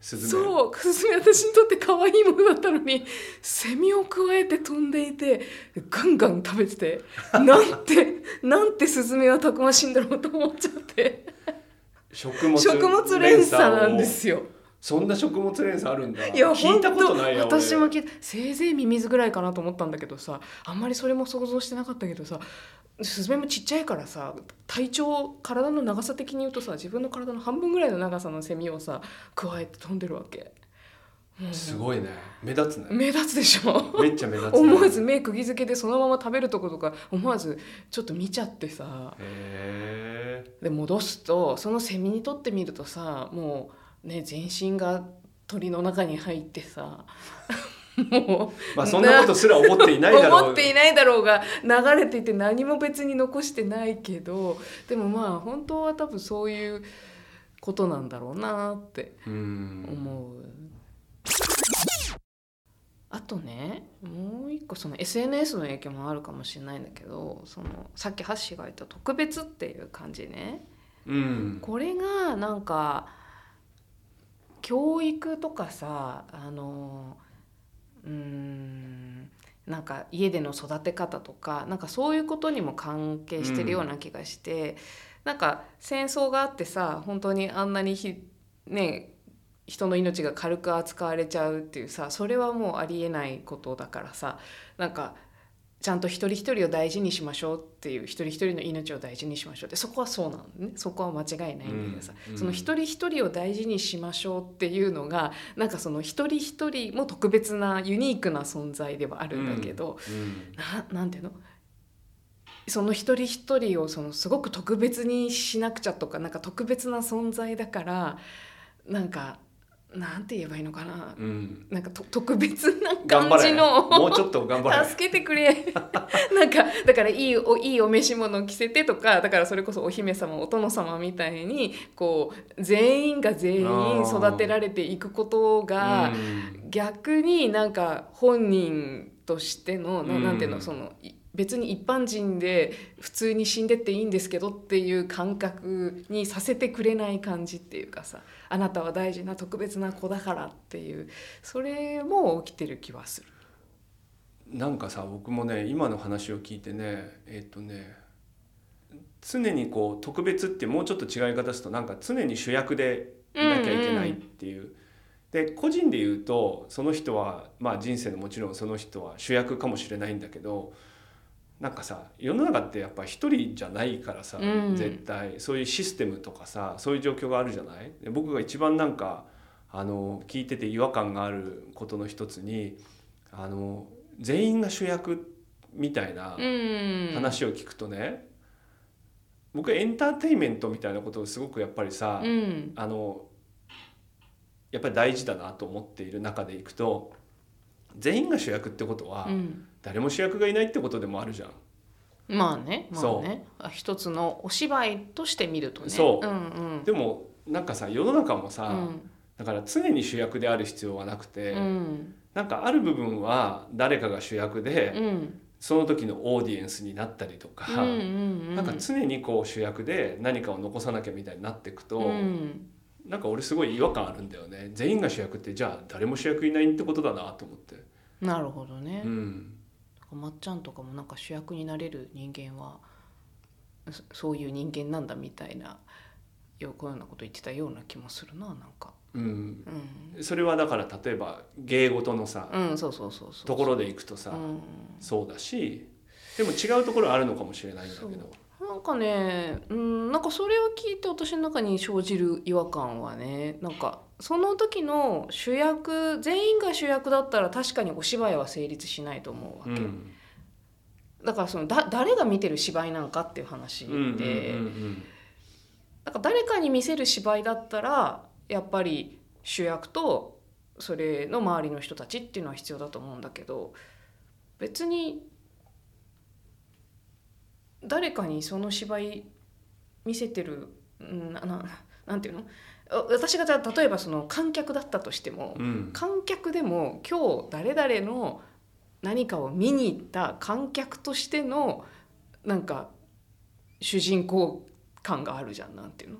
Speaker 1: スズメ
Speaker 3: そうスズメ私にとって可愛いものだったのにセミをくわえて飛んでいてガンガン食べ ててなんてなんてスズメはたくましいんだろうと思っちゃって
Speaker 1: 食物
Speaker 3: 食物連鎖なんで
Speaker 1: を
Speaker 3: すよ
Speaker 1: そんな食物連鎖あるんだ
Speaker 3: いや
Speaker 1: 聞いたこと
Speaker 3: 本当
Speaker 1: ないよ
Speaker 3: 私も聞いたせいぜいミミズぐらいかなと思ったんだけどさあんまりそれも想像してなかったけどさスズメもちっちゃいからさ体長体の長さ的に言うとさ自分の体の半分ぐらいの長さのセミをさくわえて飛んでるわけ、もう
Speaker 1: すごいね目立つね
Speaker 3: 目立つでしょ
Speaker 1: めっちゃ目立つ、ね、
Speaker 3: 思わず目釘付けでそのまま食べるとことか思わずちょっと見ちゃってさ
Speaker 1: へえ
Speaker 3: で戻すとそのセミにとってみるとさもうね全身が鳥の中に入ってさも
Speaker 1: まあそんなことすら思っていうないだろう
Speaker 3: 思っていないだろうが流れていて何も別に残してないけどでもまあ本当は多分そういうことなんだろうなって
Speaker 1: うん
Speaker 3: 思う、あとねもう一個その SNS の影響もあるかもしれないんだけどそのさっきハッシーが言った「特別」っていう感じね
Speaker 1: うん
Speaker 3: これがなんか教育とかさあのうーんなんか家での育て方とかなんかそういうことにも関係してるような気がして、なんか戦争があってさ本当にあんなにひね人の命が軽く扱われちゃうっていうさそれはもうありえないことだからさなんかちゃんと一人一人を大事にしましょうっていう一人一人の命を大事にしましょうってそこはそうなのねそこは間違いないんだけどさ、
Speaker 1: うんうん
Speaker 3: その一人一人を大事にしましょうっていうのがなんかその一人一人も特別なユニークな存在ではあるんだけど、
Speaker 1: うん
Speaker 3: ななんていうのその一人一人をそのすごく特別にしなくちゃとかなんか特別な存在だからなんかなんて言えばいいのかな、
Speaker 1: うん
Speaker 3: なんかと特別な
Speaker 1: 頑張
Speaker 3: 感じ
Speaker 1: れ
Speaker 3: の
Speaker 1: もうちょっと頑張れ
Speaker 3: 助けてくれ なんかだからいいおいいお召し物を着せてとかだからそれこそお姫様お殿様みたいにこう全員が全員育てられていくことが
Speaker 1: うん
Speaker 3: 逆になんか本人としてのな
Speaker 1: うん
Speaker 3: なんていうのそのい別に一般人で普通に死んでっていいんですけどっていう感覚にさせてくれない感じっていうかさあなたは大事な特別な子だからっていうそれも起きてる気はする。
Speaker 1: なんかさ僕もね今の話を聞いてねえっ、とね常にこう特別ってもうちょっと違い方するとなんか常に主役でいなきゃいけないっていう。で個人で言うとその人はまあ人生のもちろんその人は主役かもしれないんだけどなんかさ世の中ってやっぱ一人じゃないからさ、
Speaker 3: うん
Speaker 1: 絶対そういうシステムとかさそういう状況があるじゃないで僕が一番なんかあの聞いてて違和感があることの一つにあの全員が主役みたいな
Speaker 3: うん
Speaker 1: 話を聞くとね、僕エンターテインメントみたいなことをすごくやっぱりさ、
Speaker 3: うん
Speaker 1: あのやっぱり大事だなと思っている中でいくと全員が主役ってことは、
Speaker 3: うん、
Speaker 1: 誰も主役がいないってことでもあるじゃん。
Speaker 3: まあね,、ま
Speaker 1: そ
Speaker 3: あ、ねあ一つのお芝居として見るとね
Speaker 1: そうん
Speaker 3: うん、
Speaker 1: でもなんかさ世の中もさ、
Speaker 3: うん
Speaker 1: だから常に主役である必要はなくて、
Speaker 3: うん
Speaker 1: なんかある部分は誰かが主役で、
Speaker 3: うん
Speaker 1: その時のオーディエンスになったりとか、
Speaker 3: うんうん
Speaker 1: なんか常にこう主役で何かを残さなきゃみたいになっていくと、
Speaker 3: うん
Speaker 1: なんか俺すごい違和感あるんだよね全員が主役ってじゃあ誰も主役いないってことだなと思って。
Speaker 3: なるほどね、
Speaker 1: うん
Speaker 3: まっちゃんとかもなんか主役になれる人間はそそういう人間なんだみたいなよくようなこと言ってたような気もするななんか
Speaker 1: うん、
Speaker 3: うん、
Speaker 1: それはだから例えば芸事のさ、
Speaker 3: うん、そうそうそうそう
Speaker 1: ところでいくとさ、
Speaker 3: うん、
Speaker 1: そうだしでも違うところあるのかもしれないんだけど
Speaker 3: なんかね、うん、なんかそれを聞いて私の中に生じる違和感はねなんかその時の主役全員が主役だったら確かにお芝居は成立しないと思う
Speaker 1: う
Speaker 3: わけ、
Speaker 1: ん
Speaker 3: だからそのだ誰が見てる芝居なんかっていう話で、
Speaker 1: うんうんうん
Speaker 3: なんか誰かに見せる芝居だったらやっぱり主役とそれの周りの人たちっていうのは必要だと思うんだけど別に誰かにその芝居見せてるうんなななんていうのあ私がじゃあ例えばその観客だったとしても、
Speaker 1: うんうん
Speaker 3: 観客でも今日誰々の何かを見に行った観客としてのなんか主人公感があるじゃんなんていうの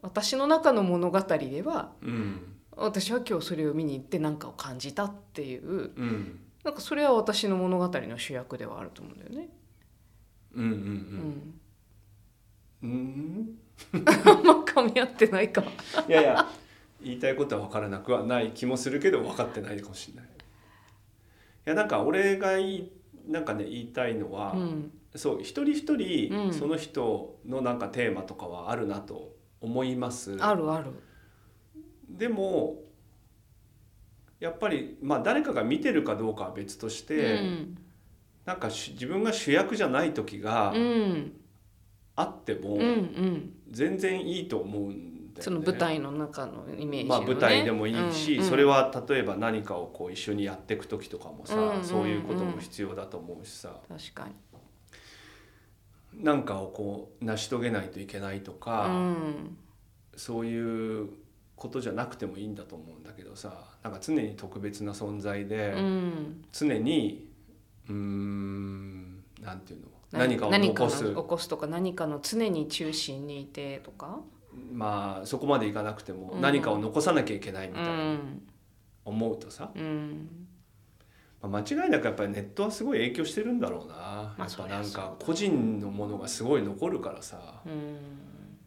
Speaker 3: 私の中の物語では
Speaker 1: うん
Speaker 3: 私は今日それを見に行って何かを感じたっていう
Speaker 1: うん
Speaker 3: なんかそれは私の物語の主役ではあると思うんだよね。
Speaker 1: うんうん
Speaker 3: うん、
Speaker 1: うんうん
Speaker 3: あんま噛み合ってないか。
Speaker 1: いやいや 言いたいことは分からなくはない気もするけど分かってないかもしれない。いやなんか俺がいいなんかね言いたいのは、
Speaker 3: うん、
Speaker 1: そう一人一
Speaker 3: う
Speaker 1: 人
Speaker 3: ん
Speaker 1: その人のなんかテーマとかはあるなと思います。
Speaker 3: あるある。
Speaker 1: でもやっぱりまあ誰かが見てるかどうかは別として、
Speaker 3: うん
Speaker 1: なんかし自分が主役じゃない時が
Speaker 3: うん
Speaker 1: あっても
Speaker 3: うんうん。
Speaker 1: 全然いいと思うんだよね。
Speaker 3: その舞台の中のイメージのね。
Speaker 1: まあ、舞台でもいいし、
Speaker 3: うんうん
Speaker 1: それは例えば何かをこう一緒にやっていく時とかもさ、
Speaker 3: うんうんうん
Speaker 1: そういうことも必要だと思うしさ
Speaker 3: 確かに。
Speaker 1: 何かをこう成し遂げないといけないと
Speaker 3: う
Speaker 1: か、
Speaker 3: ん
Speaker 1: そういうことじゃなくてもいいんだと思うんだけどさなんか常に特別な存在で、
Speaker 3: うん。
Speaker 1: 常にうーんなんていうの何か
Speaker 3: 何か
Speaker 1: を残
Speaker 3: を
Speaker 1: す
Speaker 3: 起こすとか何かの常に中心にいてとか。
Speaker 1: まあそこまでいかなくても
Speaker 3: うん
Speaker 1: 何かを残さなきゃいけないみ
Speaker 3: う
Speaker 1: たいなん思うとさ、
Speaker 3: うん。
Speaker 1: まあ、間違いなくやっぱりネットはすごい影響してるんだろうな、
Speaker 3: まあ
Speaker 1: やっぱ
Speaker 3: そりゃ
Speaker 1: なん
Speaker 3: そうだ
Speaker 1: か個人のものがすごい残るからさ
Speaker 3: うん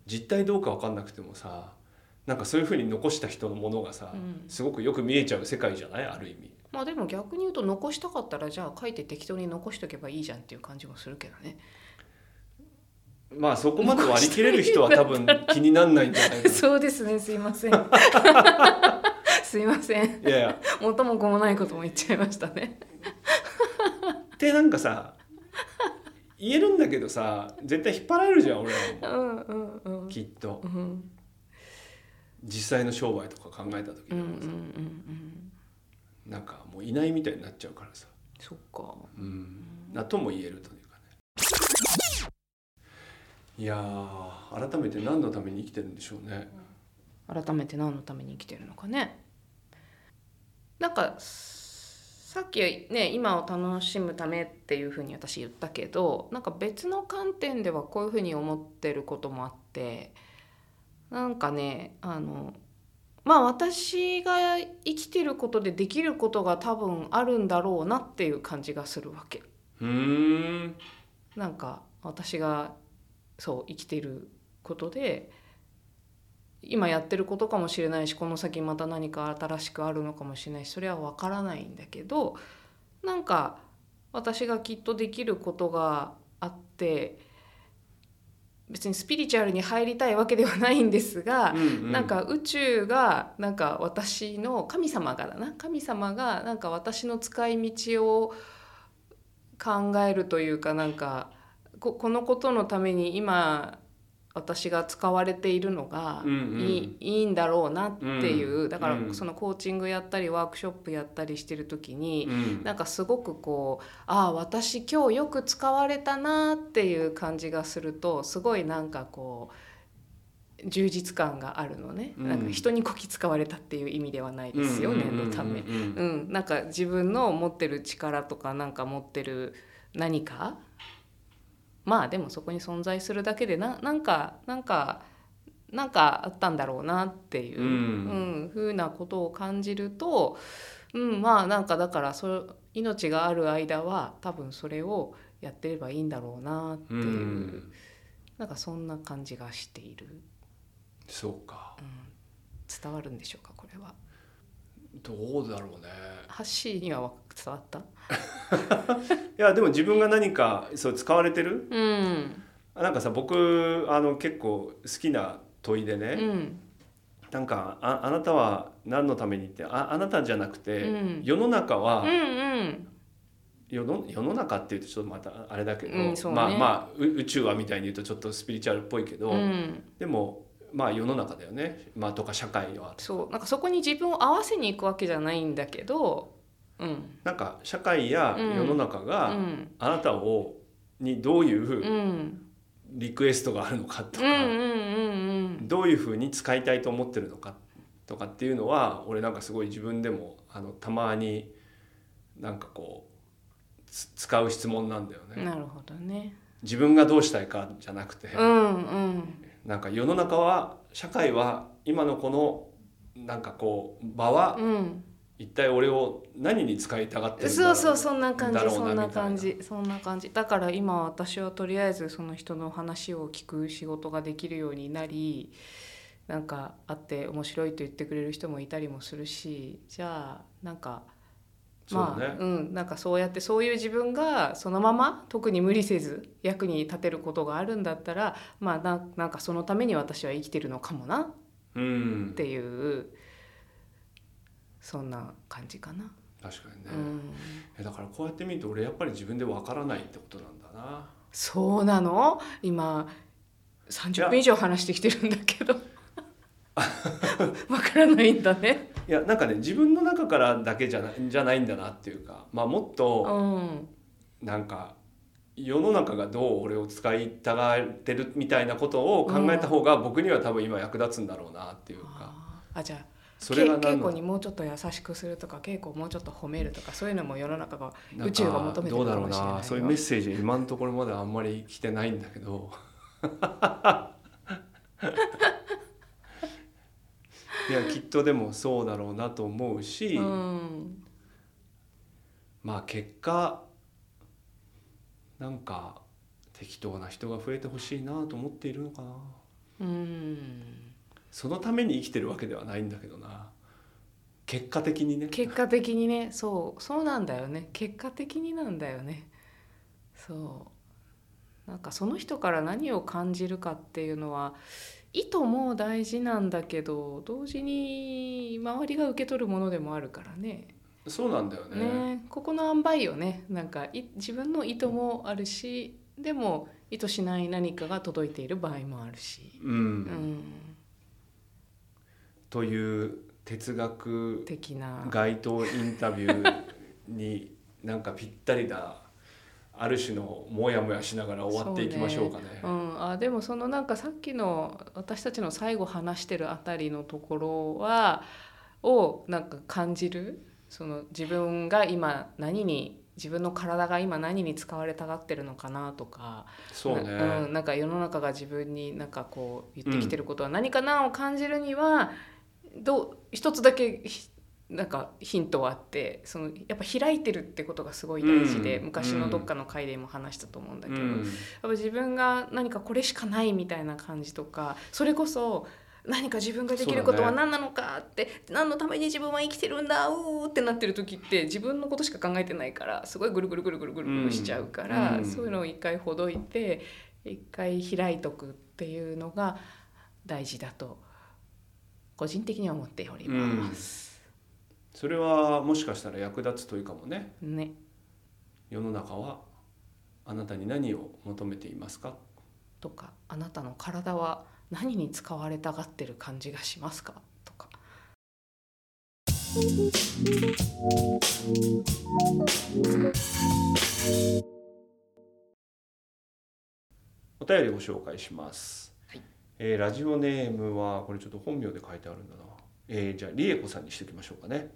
Speaker 1: 実態どうか分かんなくてもさなんかそういうふうに残した人のものがさ、
Speaker 3: うん
Speaker 1: すごくよく見えちゃう世界じゃないある意味。
Speaker 3: まあでも逆に言うと残したかったらじゃあ書いて適当に残しとけばいいじゃんっていう感じもするけどね。
Speaker 1: まあそこまで割り切れる人は多分気になんないんじゃない かな。
Speaker 3: そうですねすいません。 すいません。
Speaker 1: いやいや
Speaker 3: 元も子もないことも言っちゃいましたね。
Speaker 1: ってなんかさ言えるんだけどさ絶対引っ張られるじゃん俺
Speaker 3: う
Speaker 1: はも
Speaker 3: んうんう。
Speaker 1: うんきっと
Speaker 3: うん
Speaker 1: 実際の商売とか考えた時
Speaker 3: うんうん
Speaker 1: に
Speaker 3: うん
Speaker 1: も
Speaker 3: う
Speaker 1: さ、
Speaker 3: ん。
Speaker 1: なんかもういないみたいになっちゃうからさ、
Speaker 3: そっか。
Speaker 1: うん、なとも言えるというかねいやー改めて何のために生きてるんでしょうね
Speaker 3: 改めて何のために生きてるのかね。なんかさっきね今を楽しむためっていうふうに私言ったけどなんか別の観点ではこういうふうに思ってることもあってなんかねあのまあ私が生きてることでできることが多分あるんだろうなっていう感じがするわけ。
Speaker 1: うーん
Speaker 3: なんか私がそう生きてることで今やってることかもしれないしこの先また何か新しくあるのかもしれないしそれは分からないんだけどなんか私がきっとできることがあって別にスピリチュアルに入りたいわけではないんですが、
Speaker 1: うんうん
Speaker 3: なんか宇宙がなんか私の神様がだな神様がなんか私の使い道を考えるというかなんかここのことのために今私が使われているのがい
Speaker 1: うんうん
Speaker 3: い,、いいんだろうなっていう、
Speaker 1: うん
Speaker 3: だから
Speaker 1: うん
Speaker 3: そのコーチングやったりワークショップやったりしてる時に、
Speaker 1: うん
Speaker 3: なんかすごくこうああ私今日よく使われたなっていう感じがするとすごいなんかこう充実感があるのね、
Speaker 1: うん
Speaker 3: なんか人にこき使われたっていう意味ではないですよ、
Speaker 1: うんうんう
Speaker 3: 念
Speaker 1: んうん
Speaker 3: のため、
Speaker 1: う
Speaker 3: うんん、なんか自分の持ってる力とかなんか持ってる何かまあでもそこに存在するだけでななんかなんかなんかあったんだろうなっていう、
Speaker 1: うん
Speaker 3: うんふうなことを感じると、うん、まあなんかだからそ命がある間は多分それをやってればいいんだろうなって
Speaker 1: う
Speaker 3: い
Speaker 1: ん
Speaker 3: う、なんかそんな感じがしている、
Speaker 1: そうか
Speaker 3: うん、伝わるんでしょうかこれは。
Speaker 1: どうだろうね
Speaker 3: ハッシーにはわ伝わった、
Speaker 1: いやでも自分が何かそう使われてる
Speaker 3: うん
Speaker 1: なんかさ僕あの結構好きな問いでね、
Speaker 3: うん
Speaker 1: なんかああなたは何のためにってああなたじゃなくて、
Speaker 3: うん
Speaker 1: 世の中は、
Speaker 3: うん
Speaker 1: 世の世の中っていうとちょっとまたあれだけど、
Speaker 3: うんそうね
Speaker 1: まあまあう宇宙はみたいに言うとちょっとスピリチュアルっぽいけど、
Speaker 3: うん、うん、
Speaker 1: でもまあ世の中だよね、まあ、とか社会は
Speaker 3: そうなんかそこに自分を合わせに行くわけじゃないんだけど、うん、
Speaker 1: なんか社会や
Speaker 3: うん
Speaker 1: 世の中
Speaker 3: う
Speaker 1: が
Speaker 3: ん、
Speaker 1: あなたをにどうい
Speaker 3: うん、う、
Speaker 1: うんリクエストがあるのかと
Speaker 3: うん、う
Speaker 1: か、
Speaker 3: ん、
Speaker 1: どういうふうに使いたいと思ってるのかとかっていうのは俺なんかすごい自分でもあのたまになんかこうつ使う質問なんだよ
Speaker 3: うん、
Speaker 1: ね。
Speaker 3: なるほどね。
Speaker 1: 自分がどうしたいかじゃなくて、
Speaker 3: うん、うん、
Speaker 1: なんか世の中は社会は今のこのなんかこう場は
Speaker 3: うん、
Speaker 1: 一体俺を何に使いたがってるんだろ
Speaker 3: そうそうそんな感じ
Speaker 1: だろうな
Speaker 3: そんな
Speaker 1: みたいな
Speaker 3: 感じそんな感じだから今私はとりあえずその人の話を聞く仕事ができるようになりなんかあって面白いと言ってくれる人もいたりもするしじゃあなんかま
Speaker 1: そう
Speaker 3: あ
Speaker 1: ね、
Speaker 3: うん、なんかそうやってそういう自分がそのまま特に無理せず役に立てることがあるんだったらまあななんかそのために私は生きてるのかもな
Speaker 1: うん
Speaker 3: っていうそんな感じかな。
Speaker 1: 確かにね、
Speaker 3: うん
Speaker 1: えだからこうやって見ると俺やっぱり自分でわからないってことなんだな
Speaker 3: そうなの今30分以上話してきてるんだけどわからないんだね。
Speaker 1: いやなんかね自分の中からだけじゃないじゃないんだなっていうか、まあ、もっ
Speaker 3: う
Speaker 1: と
Speaker 3: ん、
Speaker 1: なんか世の中がどう俺を使いたがってるみたいなことを考えた方が僕には多分今役立つんだろうなっていうか、
Speaker 3: あーあじゃあ
Speaker 1: それが
Speaker 3: け稽
Speaker 1: 何
Speaker 3: 古
Speaker 1: の
Speaker 3: にもうちょっと優しくするとか稽古をもうちょっと褒めるとかそういうのも世の中が
Speaker 1: なんか
Speaker 3: 宇宙が求めてる
Speaker 1: どうだ
Speaker 3: か
Speaker 1: ろ
Speaker 3: も
Speaker 1: う
Speaker 3: しれないよ
Speaker 1: なそういうメッセージ今のところまだあんまり来てないんだけど いやきっとでもそうだろうなと思うし、
Speaker 3: うん
Speaker 1: まあ結果なんか適当な人が増えてほしいなと思っているのかな
Speaker 3: うん、
Speaker 1: そのために生きてるわけではないんだけどな結果的にね
Speaker 3: 結果的にねそうそうなんだよね結果的になんだよねそうなんかその人から何を感じるかっていうのは意図も大事なんだけど同時に周りが受け取るものでもあるからね
Speaker 1: そうなんだよね
Speaker 3: ねここの塩梅よねなんかい自分の意図もあるしでも意図しない何かが届いている場合もあるし、
Speaker 1: うん、
Speaker 3: うん、
Speaker 1: という哲学
Speaker 3: 的な
Speaker 1: 街頭インタビューになんかぴったりなある種のモヤモヤしながら終わっていきましょうかね。
Speaker 3: うん、あでもそのなんかさっきの私たちの最後話してるあたりのところはをなんか感じるその自分が今何に自分の体が今何に使われたがってるのかなとか
Speaker 1: そうね、
Speaker 3: なうん、なんか世の中が自分になんかこう言ってきてることは何かなを感じるには、どう一つだけひなんかヒントはあってそのやっぱ開いてるってことがすごい大事で、
Speaker 1: うん
Speaker 3: 昔のどっかの回でも話したと思うんだ
Speaker 1: う
Speaker 3: けど、
Speaker 1: ん
Speaker 3: やっぱ自分が何かこれしかないみたいな感じとかそれこそ何か自分ができることは
Speaker 1: そうだ
Speaker 3: 何なのかって、何のために自分は生きてるんだうーってなってる時って自分のことしか考えてないからすごいぐるぐるぐるぐるぐるぐるしちゃうから、
Speaker 1: うんうん
Speaker 3: そういうのを一回ほどいて一回開いとくっていうのが大事だと個人的には思っております。
Speaker 1: それはもしかしたら役立つというかもね
Speaker 3: ね、
Speaker 1: 世の中はあなたに何を求めていますか
Speaker 3: とかあなたの体は何に使われたがってる感じがしますかとか。
Speaker 1: お便りご紹介します、
Speaker 3: はい
Speaker 1: えーラジオネームはこれちょっと本名で書いてあるんだな、えーじゃあ理恵子さんにしておきましょうかね、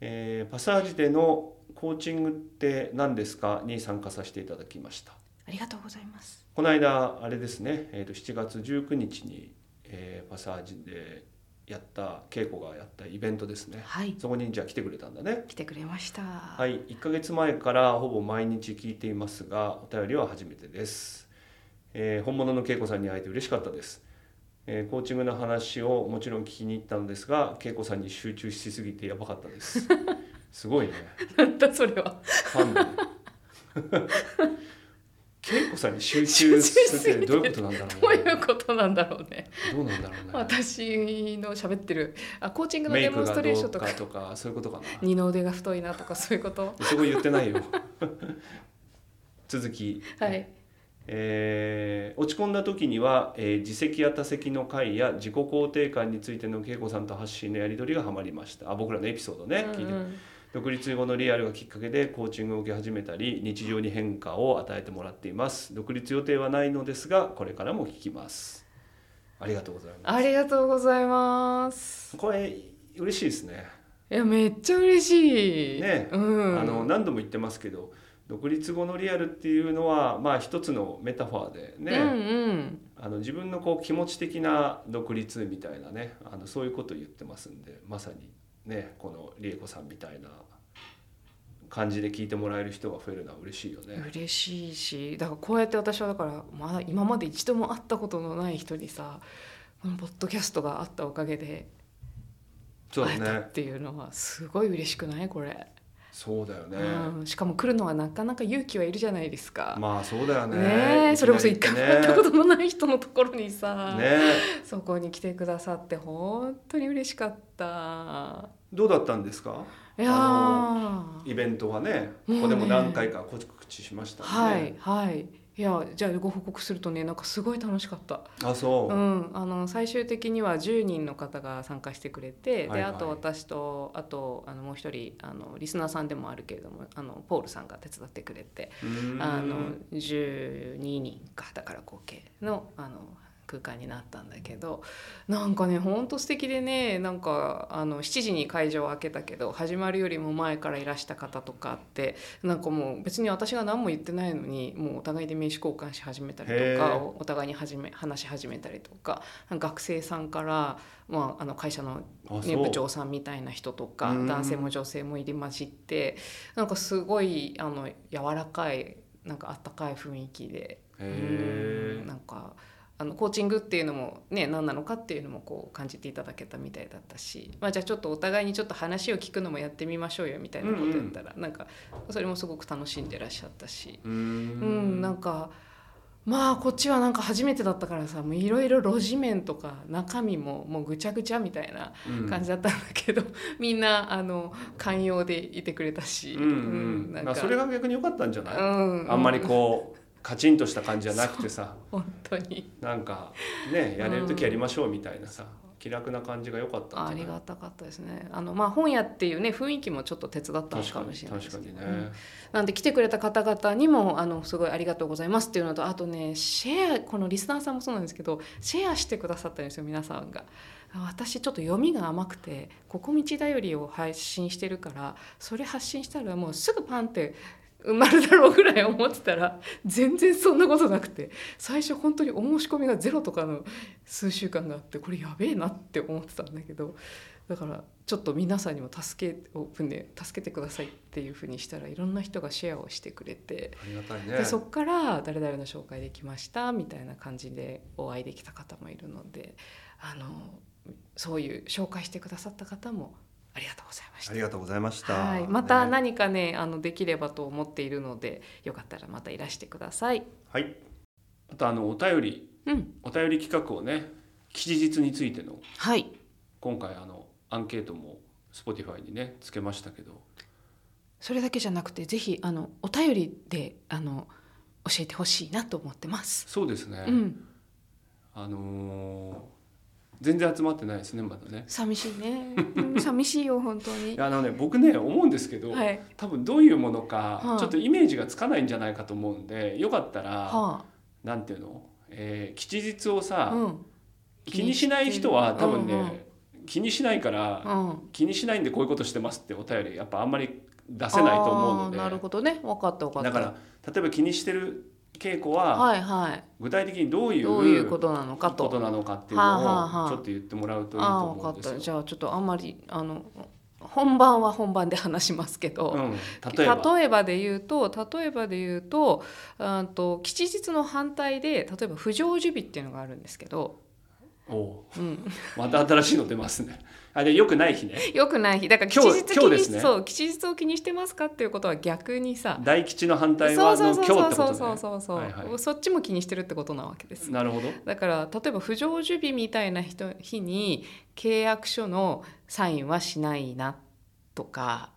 Speaker 1: えーパサージでのコーチングって何ですかに参加させていただきました
Speaker 3: ありがとうございます。
Speaker 1: この間あれですね、えー、と7月19日に、えーパサージでやった稽古がやったイベントですね
Speaker 3: はい、
Speaker 1: そこにじゃあ来てくれたんだね
Speaker 3: 来てくれました。は、
Speaker 1: はいい、1ヶ月前からほぼ毎日聞いていますがお便りは初めてです、えー本物の恵子さんに会えて嬉しかったです、えーコーチングの話をもちろん聞きに行ったのですが恵子さんに集中しすぎてやばかったです すごいね
Speaker 3: なん だそれは。
Speaker 1: ファンで 恵子さんに集中するってどういうことなんだろ
Speaker 3: どう
Speaker 1: う
Speaker 3: い
Speaker 1: ね
Speaker 3: うことなんだろうね。
Speaker 1: どうなんだろうね
Speaker 3: 私の喋ってる、あ、コーチングの
Speaker 1: メ
Speaker 3: デ
Speaker 1: イ
Speaker 3: モ
Speaker 1: ク
Speaker 3: ンスト
Speaker 1: が
Speaker 3: レーシ
Speaker 1: どう
Speaker 3: ョンとか
Speaker 1: か。とかそういうこと かな
Speaker 3: 二の腕が太いなとか、そういうこと。
Speaker 1: そこ言ってない よ続き
Speaker 3: はい。
Speaker 1: えー落ち込んだ時には、えー自責や他責の回や自己肯定感についての恵子さんと発信のやり取りがハマりましたあ僕らのエピソードね、聞いて
Speaker 3: うん
Speaker 1: 独立後のリアルがきっかけでコーチングを受け始めたり日常に変化を与えてもらっています独立予定はないのですがこれからも聞きますありがとうございま
Speaker 3: ありがとうございます。
Speaker 1: すこれ嬉しいですね、
Speaker 3: いや、めっちゃ嬉しい。
Speaker 1: ね
Speaker 3: うん。
Speaker 1: あの何度も言ってますけど独立後のリアルっていうのはまあ一つのメタファーでね、
Speaker 3: うんうん
Speaker 1: あの自分のこう気持ち的な独立みたいなねあのそういうことを言ってますんでまさにねこの理恵子さんみたいな感じで聞いてもらえる人が増えるのは嬉しいよね。
Speaker 3: 嬉しいしだからこうやって私はだから、まあ、今まで一度も会ったことのない人にさこのポッドキャストがあったおかげで
Speaker 1: そう
Speaker 3: 会えた
Speaker 1: だね
Speaker 3: っていうのはすごい嬉しくないこれ、
Speaker 1: そうだよね。
Speaker 3: うん、しかも来るのはなかなか勇気はいるじゃないですか、
Speaker 1: まあそうだよね。
Speaker 3: ねえそれこそ一回も会ったことのない人のところにさ、
Speaker 1: ねね
Speaker 3: そこに来てくださって本当に嬉しかった
Speaker 1: どうだったんですか
Speaker 3: いやー
Speaker 1: イベントはね
Speaker 3: もうね
Speaker 1: ここでも何回か告知しました
Speaker 3: は
Speaker 1: ん
Speaker 3: い
Speaker 1: で
Speaker 3: はいいやじゃあご報告するとねなんかすごい楽しかった
Speaker 1: あそう、
Speaker 3: うん、あの最終的には10人の方が参加してくれて、
Speaker 1: はい
Speaker 3: で
Speaker 1: はい
Speaker 3: あと私とあとあのもう一人あのリスナーさんでもあるけれどもあのポールさんが手伝ってくれて、
Speaker 1: うーん
Speaker 3: あの12人かだから合計のあの空間になったんだけどなんかねほんと素敵でねなんかあの7時に会場を開けたけど始まるよりも前からいらした方とかあってなんかもう別に私が何も言ってないのにもうお互いで名刺交換し始めたり
Speaker 1: へ
Speaker 3: とか
Speaker 1: ー
Speaker 3: おお互いに始め話し始めたりとか学生さんから、まあ、あの会社の
Speaker 1: あ
Speaker 3: ね、
Speaker 1: そう
Speaker 3: 部長さんみたいな人とか
Speaker 1: うん
Speaker 3: 男性も女性も入り混じってなんかすごいあの柔らかいなんかあったかい雰囲気で
Speaker 1: へ
Speaker 3: うん
Speaker 1: え
Speaker 3: なんかあのコーチングっていうのも、ね、何なのかっていうのもこう感じていただけたみたいだったし、まあ、じゃあちょっとお互いにちょっと話を聞くのもやってみましょうよみたいなことやったら、なんかそれもすごく楽しんでらっしゃったし。
Speaker 1: うー
Speaker 3: うん、なんかまあこっちはなんか初めてだったからさもういろいろ路地面とか中身ももうぐちゃぐちゃみたいな
Speaker 1: うん
Speaker 3: 感じだったんだけど、 みんなあの寛容でいてくれたし、
Speaker 1: うんうんな
Speaker 3: な
Speaker 1: んん
Speaker 3: か
Speaker 1: かそれが逆に良かったんじゃない、
Speaker 3: うん、
Speaker 1: あんまりこうカチンとした感じじゃなくてさ
Speaker 3: う本当に
Speaker 1: なんかねやれる時やりましょうみたいなさ、気楽な感じが良かった
Speaker 3: あ
Speaker 1: んじ
Speaker 3: り
Speaker 1: ゃない
Speaker 3: がたかったですねあの、まあ、本屋っていうね雰囲気もちょっと手伝ったの
Speaker 1: 確
Speaker 3: か
Speaker 1: か
Speaker 3: も
Speaker 1: に
Speaker 3: しれないで
Speaker 1: 確
Speaker 3: すけ
Speaker 1: か
Speaker 3: ど
Speaker 1: にね、
Speaker 3: うんなんで来てくれた方々にもあのすごいありがとうございますっていうのとあとねシェアこのリスナーさんもそうなんですけどシェアしてくださったんですよ皆さんが。私ちょっと読みが甘くて「ここ道だより」を配信してるからそれ発信したらもうすぐパンって埋まるだろうぐらい思ってたら全然そんなことなくて最初本当にお申し込みがゼロとかの数週間があってこれやべえなって思ってたんだけどだからちょっと皆さんにも助けオープンで助けてくださいっていうふうにしたらいろんな人がシェアをしてくれて、
Speaker 1: ありがたい
Speaker 3: で
Speaker 1: ね
Speaker 3: そっから誰々の紹介できましたみたいな感じでお会いできた方もいるのであのそういう紹介してくださった方もありがとうございました
Speaker 1: あり。がとうございました、
Speaker 3: はい、また
Speaker 1: ね
Speaker 3: 何かねあのできればと思っているのでよかったらまたいらしてください。
Speaker 1: はいあとあのお便り
Speaker 3: うん、
Speaker 1: お便り企画をね吉日についての
Speaker 3: はい
Speaker 1: 今回あのアンケートも Spotify にねつけましたけど
Speaker 3: それだけじゃなくてぜひあのお便りであの教えてほしいなと思ってます。
Speaker 1: そうですね、
Speaker 3: うん、
Speaker 1: あのー全然集まってないですねまだね
Speaker 3: 寂しいね。うん寂しいよ本当
Speaker 1: い
Speaker 3: に。
Speaker 1: やあのね僕ね思うんですけど、
Speaker 3: はい。
Speaker 1: 多分どういうもの
Speaker 3: は
Speaker 1: か
Speaker 3: い
Speaker 1: ちょっとイメージがつかないんじゃないかと思うんでよかったら
Speaker 3: は
Speaker 1: なんていうの、えー吉日をさ
Speaker 3: あ。、うん。
Speaker 1: 気にしない人は多分ね、
Speaker 3: うん
Speaker 1: 気にしないから、
Speaker 3: うん。
Speaker 1: 気にしないんでこういうことしてますってお便りやっぱあんまり出せないと思うので
Speaker 3: あーなるほどね。分かった分かった。
Speaker 1: だから例えば気にしてる傾向は、
Speaker 3: はいは
Speaker 1: 具体的にどう
Speaker 3: い。
Speaker 1: いう
Speaker 3: どういうことなのかと。
Speaker 1: ことなのかっていうのを
Speaker 3: はあはあはあ
Speaker 1: ちょっと言ってもらうといいと
Speaker 3: ああ
Speaker 1: 思
Speaker 3: 分
Speaker 1: うんで
Speaker 3: かっ
Speaker 1: すよ
Speaker 3: た。。じゃあちょっとあんまりあの本番は本番で話しますけど。
Speaker 1: うん、例えば
Speaker 3: で言うと例えばで言うとあーと吉日の反対で例えば不成就日っていうのがあるんですけど、
Speaker 1: おう
Speaker 3: うん、
Speaker 1: また新しいの出ますね。あでよくない日ね
Speaker 3: よくない日だから吉
Speaker 1: 今日
Speaker 3: 日気
Speaker 1: 今日
Speaker 3: に
Speaker 1: で
Speaker 3: し
Speaker 1: すね
Speaker 3: そう吉日を気にしてますかっていうことは逆にさ
Speaker 1: 大吉の反対
Speaker 3: そ
Speaker 1: は
Speaker 3: う
Speaker 1: あ
Speaker 3: そ
Speaker 1: の
Speaker 3: う
Speaker 1: 今
Speaker 3: そう
Speaker 1: 日って
Speaker 3: そう
Speaker 1: こ
Speaker 3: そ
Speaker 1: と
Speaker 3: う
Speaker 1: ね。
Speaker 3: そうそう、
Speaker 1: はいは
Speaker 3: そっちも気にしてるってことなわけです
Speaker 1: なるほど。
Speaker 3: だから例えば不成就日みたいな人日に契約書のサインはしないなとか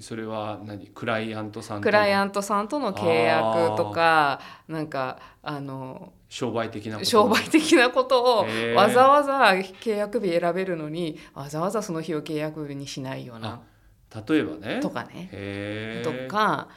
Speaker 1: それは何クライアントさんと
Speaker 3: クライアントさんとの契約とかなんかあの
Speaker 1: 商売的なこと
Speaker 3: 商売的なことを
Speaker 1: へー
Speaker 3: わざわざ契約日選べるのにわざわざその日を契約日にしないような
Speaker 1: 例えばね。
Speaker 3: とかね。
Speaker 1: へ
Speaker 3: と
Speaker 1: ー
Speaker 3: か、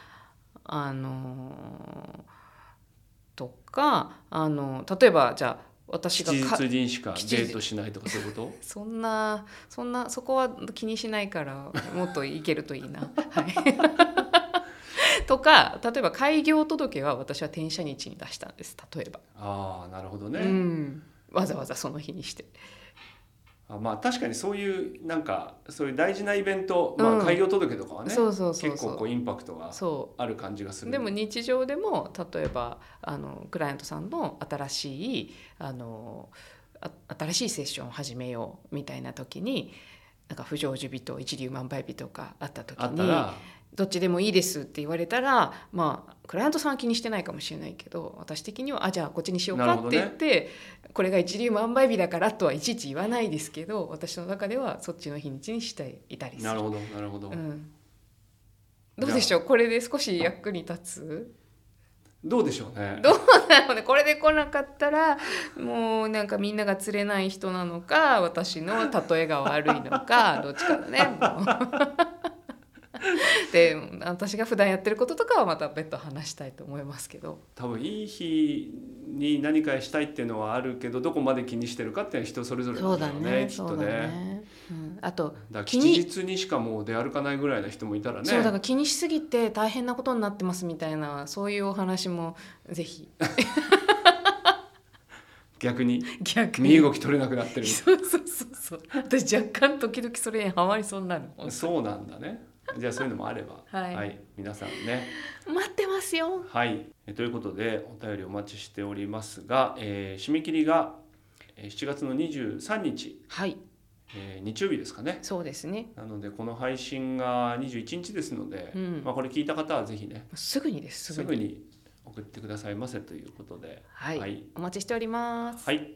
Speaker 3: あのーとか、あの例えばじゃあ私が
Speaker 1: 吉
Speaker 3: か
Speaker 1: 日にしかデ
Speaker 3: 吉日
Speaker 1: ートしないとかそういう こ
Speaker 3: そんなそん なそこは気にしないからもっといけるといいな。はい、とか例えば開業届は私は転写日に出したんです例えば、
Speaker 1: ああなるほどね、
Speaker 3: うん、わざわざその日にして
Speaker 1: あまあ確かにそういうなんかそういう大事なイベント、ま
Speaker 3: うん
Speaker 1: あ、開業届とかはね、
Speaker 3: そうそうそう
Speaker 1: 結
Speaker 3: そ
Speaker 1: 構こ
Speaker 3: う
Speaker 1: うインパクトが
Speaker 3: そう
Speaker 1: ある感じがする
Speaker 3: でも日常でも例えばあのクライアントさんの新しいあのあ新しいセッションを始めようみたいな時になんか不成就日と一粒万倍日とかあった時
Speaker 1: あった
Speaker 3: に
Speaker 1: ら
Speaker 3: どっちでもいいですって言われたらまあクライアントさんは気にしてないかもしれないけど私的にはあじゃあこっちにしよう
Speaker 1: な
Speaker 3: か
Speaker 1: る
Speaker 3: っ
Speaker 1: ほど
Speaker 3: て
Speaker 1: ね
Speaker 3: 言って、これが一粒万倍日だからとはいちいち言わないですけど私の中ではそっちの日にちにしていたりする
Speaker 1: なるほどなるほど、
Speaker 3: うん、どうでしょうこれで少し役に立つ
Speaker 1: どうでしょうね
Speaker 3: どなのでこれで来なかったらもうなんかみんなが釣れない人なのか私の例えが悪いの かどっちかだねもう。 で私が普段やってることとかはまた別途話したいと思いますけど
Speaker 1: 多分いい日に何かしたいっていうのはあるけどどこまで気にしてるかっていうのは人それぞれなんだろうねきっとね
Speaker 3: あと、
Speaker 1: だから
Speaker 3: 気に
Speaker 1: 吉日にしかもう出歩かないぐらいの人もいたらね
Speaker 3: そうだから気にしすぎて大変なことになってますみたいなそういうお話もぜひ
Speaker 1: 逆に
Speaker 3: 逆
Speaker 1: 身
Speaker 3: に
Speaker 1: 動き取れなくな ってる
Speaker 3: そうそうそうそう私若干時々それにハマりそうになる
Speaker 1: そうなんだねじゃあそういうのもあれば
Speaker 3: はい
Speaker 1: 皆さんね
Speaker 3: 待ってますよ
Speaker 1: はいえということでお便りお待ちしておりますが、えー締め切りがえー7月の23日、
Speaker 3: はい、
Speaker 1: えー日曜日ですかね
Speaker 3: そうですね。
Speaker 1: なのでこの配信が21日ですので、
Speaker 3: うん
Speaker 1: まあ、これ聞いた方はぜひね
Speaker 3: すぐにです。
Speaker 1: すぐ。に送ってくださいませということで
Speaker 3: はい、
Speaker 1: はい
Speaker 3: お待ちしております。
Speaker 1: はい、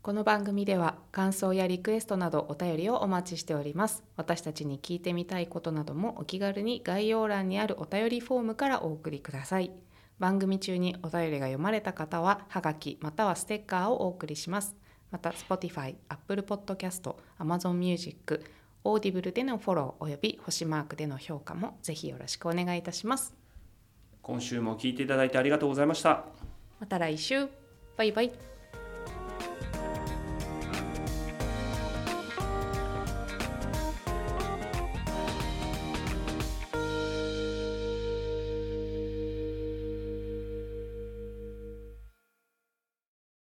Speaker 4: この番組では感想やリクエストなどお便りをお待ちしております私たちに聞いてみたいことなどもお気軽に概要欄にあるお便りフォームからお送りください番組中にお便りが読まれた方ははがきまたはステッカーをお送りしますまた Spotify、Apple Podcast、Amazon Music、Audible でのフォローおよび星マークでの評価もぜひよろしくお願いいたします
Speaker 1: 今週も聞いていただいてありがとうございました
Speaker 4: また来週バイバイ